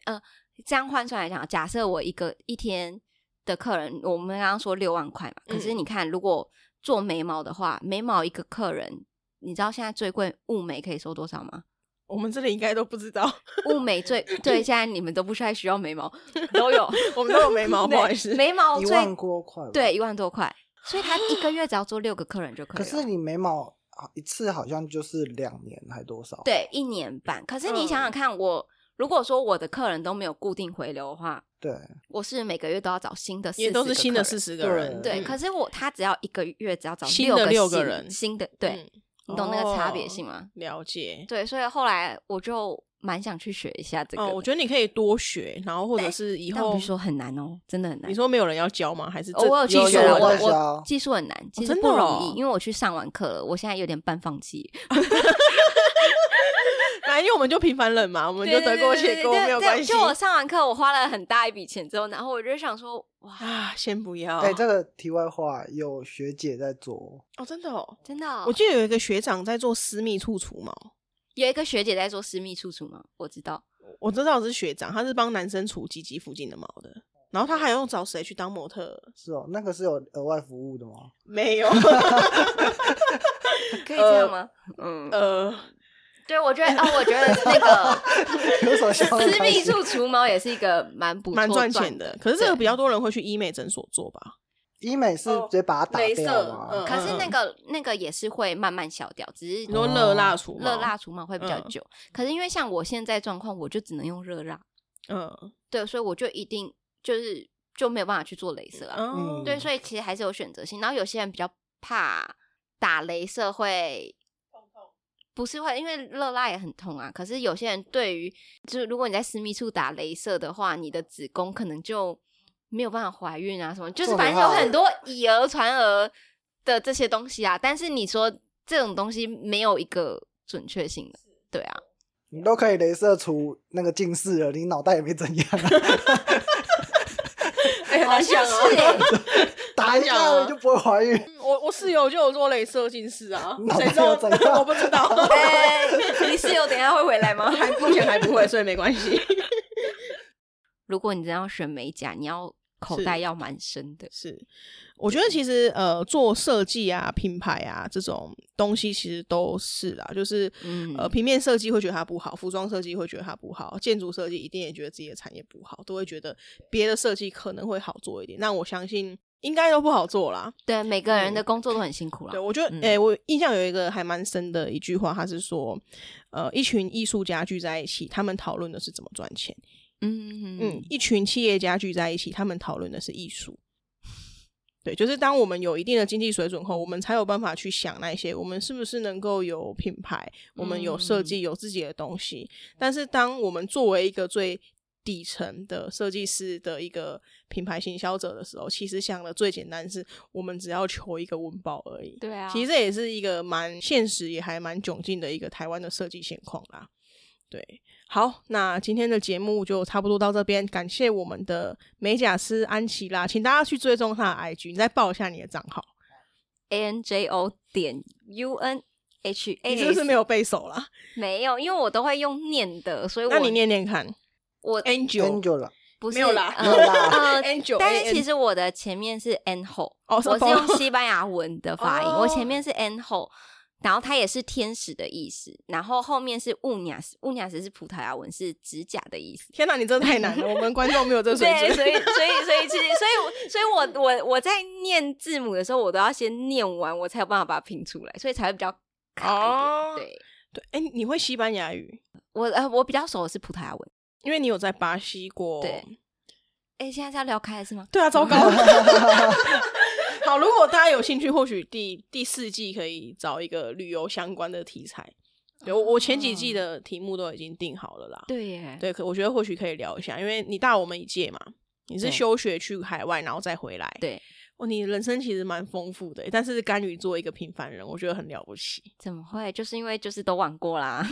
[SPEAKER 1] 呃这样换算来讲，假设我一个一天的客人，我们刚刚说六万块嘛，可是
[SPEAKER 2] 嗯
[SPEAKER 1] 你看如果做眉毛的话，眉毛一个客人。你知道现在最贵雾眉可以收多少吗？
[SPEAKER 2] 我们这里应该都不知道，
[SPEAKER 1] 雾眉最对，现在你们都不太需要眉毛，都有
[SPEAKER 2] 我们都有 眉毛，
[SPEAKER 1] 对
[SPEAKER 2] 不好意思。
[SPEAKER 1] 眉毛
[SPEAKER 3] 一万
[SPEAKER 1] 最
[SPEAKER 3] 多块吧。
[SPEAKER 1] 哦对一万多块，所以他一个月只要做六个客人就可以
[SPEAKER 3] 可
[SPEAKER 1] 了。
[SPEAKER 3] 是你眉毛啊一次好像就是两年还多少？，
[SPEAKER 1] 对一年半，可是你
[SPEAKER 2] 嗯
[SPEAKER 1] 想想看，我如果说我的客人都没有固定回流的话，
[SPEAKER 3] 对，
[SPEAKER 1] 我是每个月都要找新的40个客人，
[SPEAKER 2] 也都是新的四十个人，
[SPEAKER 1] 对，
[SPEAKER 2] 嗯
[SPEAKER 1] 可是我他只要一个月只要找
[SPEAKER 2] 新的
[SPEAKER 1] 个
[SPEAKER 2] 六个
[SPEAKER 1] 新
[SPEAKER 2] 人
[SPEAKER 1] 新的，对
[SPEAKER 2] 嗯
[SPEAKER 1] 你懂那个差别性
[SPEAKER 2] 哦
[SPEAKER 1] 吗？
[SPEAKER 2] 了解。
[SPEAKER 1] 对，所以后来我就蛮想去学一下这个
[SPEAKER 2] 哦，
[SPEAKER 1] 的，
[SPEAKER 2] 我觉得你可以多学，然后或者
[SPEAKER 1] 对
[SPEAKER 2] 是以
[SPEAKER 1] 但我
[SPEAKER 2] 后
[SPEAKER 1] 不是说很难哦，真的很难
[SPEAKER 2] 你。说没有人要教吗？还是这
[SPEAKER 1] 哦我有
[SPEAKER 2] 技
[SPEAKER 1] 去
[SPEAKER 2] 术
[SPEAKER 1] 学了，
[SPEAKER 3] 有
[SPEAKER 1] 我
[SPEAKER 3] 在
[SPEAKER 2] 问
[SPEAKER 1] 我
[SPEAKER 3] 教
[SPEAKER 1] 技术很难，其实
[SPEAKER 2] 真
[SPEAKER 1] 不
[SPEAKER 2] 的
[SPEAKER 1] 容易，
[SPEAKER 2] 哦
[SPEAKER 1] 因为我去上完课了，我现在有点半放弃。
[SPEAKER 2] 那因为我们就平凡人 嘛，我们就得过且过，没有关系
[SPEAKER 1] 就我上完课，我花了很大一笔钱之后，然后我就想说，哇，
[SPEAKER 2] 啊。先不
[SPEAKER 1] 哦
[SPEAKER 2] 要，
[SPEAKER 3] 哎，这个题外话有学姐在做，
[SPEAKER 2] 哦，真的哦。
[SPEAKER 1] 真的哦、
[SPEAKER 2] 我记得有一个学长在做私密处除毛，
[SPEAKER 1] 有一个学姐在做私密处除毛，我知道，
[SPEAKER 2] 我知道是学长，他是帮男生除鸡鸡附近的毛的。然后他还用找谁去当模特？
[SPEAKER 3] 是哦，那个是有额外服务的吗？
[SPEAKER 2] 没有，
[SPEAKER 1] 可以这样吗？嗯，
[SPEAKER 2] 呃，
[SPEAKER 1] 对，我觉得哦，我觉得那个
[SPEAKER 3] 有什么想
[SPEAKER 1] 私密处除毛也是一个蛮不错
[SPEAKER 2] 蛮赚钱
[SPEAKER 1] 的
[SPEAKER 2] 的。，可是这个
[SPEAKER 1] 对
[SPEAKER 2] 比较多人会去医美诊所做吧？
[SPEAKER 3] 医美是
[SPEAKER 1] 哦
[SPEAKER 3] 直接把它打
[SPEAKER 4] 镭
[SPEAKER 3] 掉
[SPEAKER 4] 射
[SPEAKER 3] 吗？
[SPEAKER 4] 嗯
[SPEAKER 1] 可是那个那个也是会慢慢消掉，只是
[SPEAKER 2] 你说哦热蜡除毛
[SPEAKER 1] 热蜡，除毛会比较
[SPEAKER 2] 嗯
[SPEAKER 1] 久。可是因为像我现在状况，我就只能用热蜡，
[SPEAKER 2] 嗯
[SPEAKER 1] 对，所以我就一定就是就没有办法去做镭射啊。
[SPEAKER 2] 嗯，
[SPEAKER 1] 对，所以其实还是有选择性。然后有些人比较怕打镭射会不是会，因为热蜡也很痛啊。可是有些人对于，就是如果你在私密处打镭射的话，你的子宫可能就没有办法怀孕啊，什么，就是
[SPEAKER 3] 这
[SPEAKER 1] 反
[SPEAKER 3] 很
[SPEAKER 1] 正有
[SPEAKER 3] 好
[SPEAKER 1] 很多以讹传讹的这些东西啊。但是你说这种东西没有一个准确性的，对啊，
[SPEAKER 3] 你都可以镭射除那个近视了，你脑袋也没怎 样、啊，
[SPEAKER 4] 哎，好像
[SPEAKER 1] 是
[SPEAKER 4] 哦。
[SPEAKER 1] 欸
[SPEAKER 3] 打一
[SPEAKER 2] 打一下
[SPEAKER 3] 下
[SPEAKER 1] 哎
[SPEAKER 2] 啊
[SPEAKER 3] 你就不会怀孕。
[SPEAKER 2] 我我室友就有做镭射近视 啊
[SPEAKER 3] 你，脑
[SPEAKER 2] 谁
[SPEAKER 3] 袋
[SPEAKER 2] 知道
[SPEAKER 3] 又怎？样
[SPEAKER 2] 我不知道，
[SPEAKER 1] 哎，你室友等一下会回来吗？
[SPEAKER 2] 还目前还不会，所以没关系。
[SPEAKER 1] 如果你真的要选美甲，你要口
[SPEAKER 2] 是
[SPEAKER 1] 袋要蛮深的。
[SPEAKER 2] 是，我觉得其实呃，做设计啊、品牌啊这种东西，其实都是啦，就是、
[SPEAKER 1] 嗯
[SPEAKER 2] 呃，平面设计会觉得它不好，服装设计会觉得它不好，建筑设计一定也觉得自己的产业不好，都会觉得别的设计可能会好做一点。那我相信应该都不好做啦。
[SPEAKER 1] 对，每个人的工作都很辛苦啦。
[SPEAKER 2] 对，我觉得，
[SPEAKER 1] 嗯
[SPEAKER 2] 诶、我印象有一个还蛮深的一句话，他是说，呃，一群艺术家聚在一起，他们讨论的是怎么赚钱；
[SPEAKER 1] 嗯
[SPEAKER 2] 嗯
[SPEAKER 1] 嗯，
[SPEAKER 2] 一群企业家聚在一起，他们讨论的是艺术。对，就是当我们有一定的经济水准后，我们才有办法去想那些我们是不是能够有品牌，我们有设计，有自己的东西。但是，当我们作为一个最底层的设计师的一个品牌行销者的时候，其实想的最简单是，我们只要求一个温饱而已。
[SPEAKER 1] 对啊，
[SPEAKER 2] 其实这也是一个蛮现实，也还蛮窘境的一个台湾的设计现况啦。对，好，那今天的节目就差不多到这边，感谢我们的美甲师安琪拉，请大家去追踪她的 IG，你再报一下你的账号，
[SPEAKER 1] A N J O 点 U N H A，
[SPEAKER 2] 你是不是没有背熟啦？
[SPEAKER 1] 没有？因为我都会用念的，所以
[SPEAKER 2] 那
[SPEAKER 1] 哎我
[SPEAKER 2] 你念念看
[SPEAKER 1] 我
[SPEAKER 2] ，Angel
[SPEAKER 3] Angel
[SPEAKER 1] 不是
[SPEAKER 2] 没有啦
[SPEAKER 1] 呃
[SPEAKER 3] 没有啦
[SPEAKER 1] 呃
[SPEAKER 2] Angel，
[SPEAKER 1] 但是其
[SPEAKER 2] 实
[SPEAKER 1] 实我的前面是 N 后，
[SPEAKER 2] 哦
[SPEAKER 1] 我
[SPEAKER 2] 是
[SPEAKER 1] 是
[SPEAKER 2] 哦
[SPEAKER 1] 用西班牙文的发音，
[SPEAKER 2] 哦
[SPEAKER 1] 我前面是 N 后，然后它也是天使的意思，然后后面是 uñas uñas 是葡萄牙文是指甲的意思。
[SPEAKER 2] 天哪，你真的太难了，我们观众没有这水
[SPEAKER 1] 对，
[SPEAKER 2] 准。
[SPEAKER 1] 所以所以所以其实所以我所以我我我在念字母的时候，我都要先念完，我才有办法把它拼出来，所以才会比较卡一点。
[SPEAKER 2] 哦
[SPEAKER 1] 对，
[SPEAKER 2] 对，哎、你会西班牙语，
[SPEAKER 1] 我呃我比较熟的是葡萄牙文。
[SPEAKER 2] 因为你有在巴西过。
[SPEAKER 1] 对哎、现在是要聊开了是吗？
[SPEAKER 2] 对啊，糟糕。
[SPEAKER 3] 啦，
[SPEAKER 2] 好，如果大家有兴趣，或许第第四季可以找一个旅游相关的题材。对我我前几季的题目都已经定好了啦。
[SPEAKER 1] 对耶，
[SPEAKER 2] 对，可我觉得或许可以聊一下，因为你大我们一届嘛，你是
[SPEAKER 1] 对
[SPEAKER 2] 休学去海外，然后再回来。
[SPEAKER 1] 对，
[SPEAKER 2] 哦，你人生其实蛮丰富的，但是甘于做一个平凡人，我觉得很了不起。
[SPEAKER 1] 怎么会？就是因为就是都玩过啦，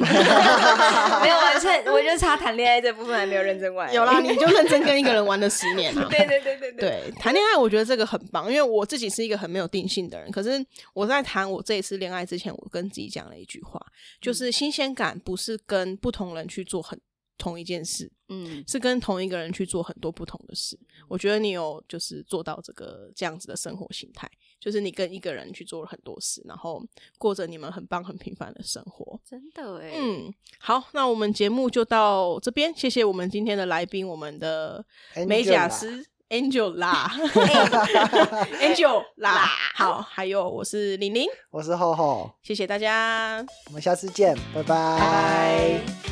[SPEAKER 1] 没有完全，我就差谈恋爱这部分还没有认真玩。
[SPEAKER 2] 有啦，你就认真跟一个人玩了十年啊。
[SPEAKER 1] 对对对对对，
[SPEAKER 2] 对，谈恋爱我觉得这个很棒，因为我自己是一个很没有定性的人。可是我在谈我这一次恋爱之前，我跟自己讲了一句话，就是新鲜感不是跟不同人去做很同一件事，
[SPEAKER 1] 嗯，
[SPEAKER 2] 是跟同一个人去做很多不同的事。我觉得你有就是做到这个这样子的生活形态，就是你跟一个人去做了很多事，然后过着你们很棒很平凡的生活。
[SPEAKER 1] 真的哎，
[SPEAKER 2] 嗯，好，那我们节目就到这边，谢谢我们今天的来宾，我们的
[SPEAKER 3] Angel
[SPEAKER 2] 美甲
[SPEAKER 3] 啦
[SPEAKER 2] 师 Angel 啦
[SPEAKER 1] 哎
[SPEAKER 2] ，Angel 啦，好，还有我是玲玲，
[SPEAKER 3] 我是厚厚，
[SPEAKER 2] 谢谢大家，
[SPEAKER 3] 我们下次见，拜拜
[SPEAKER 2] 拜。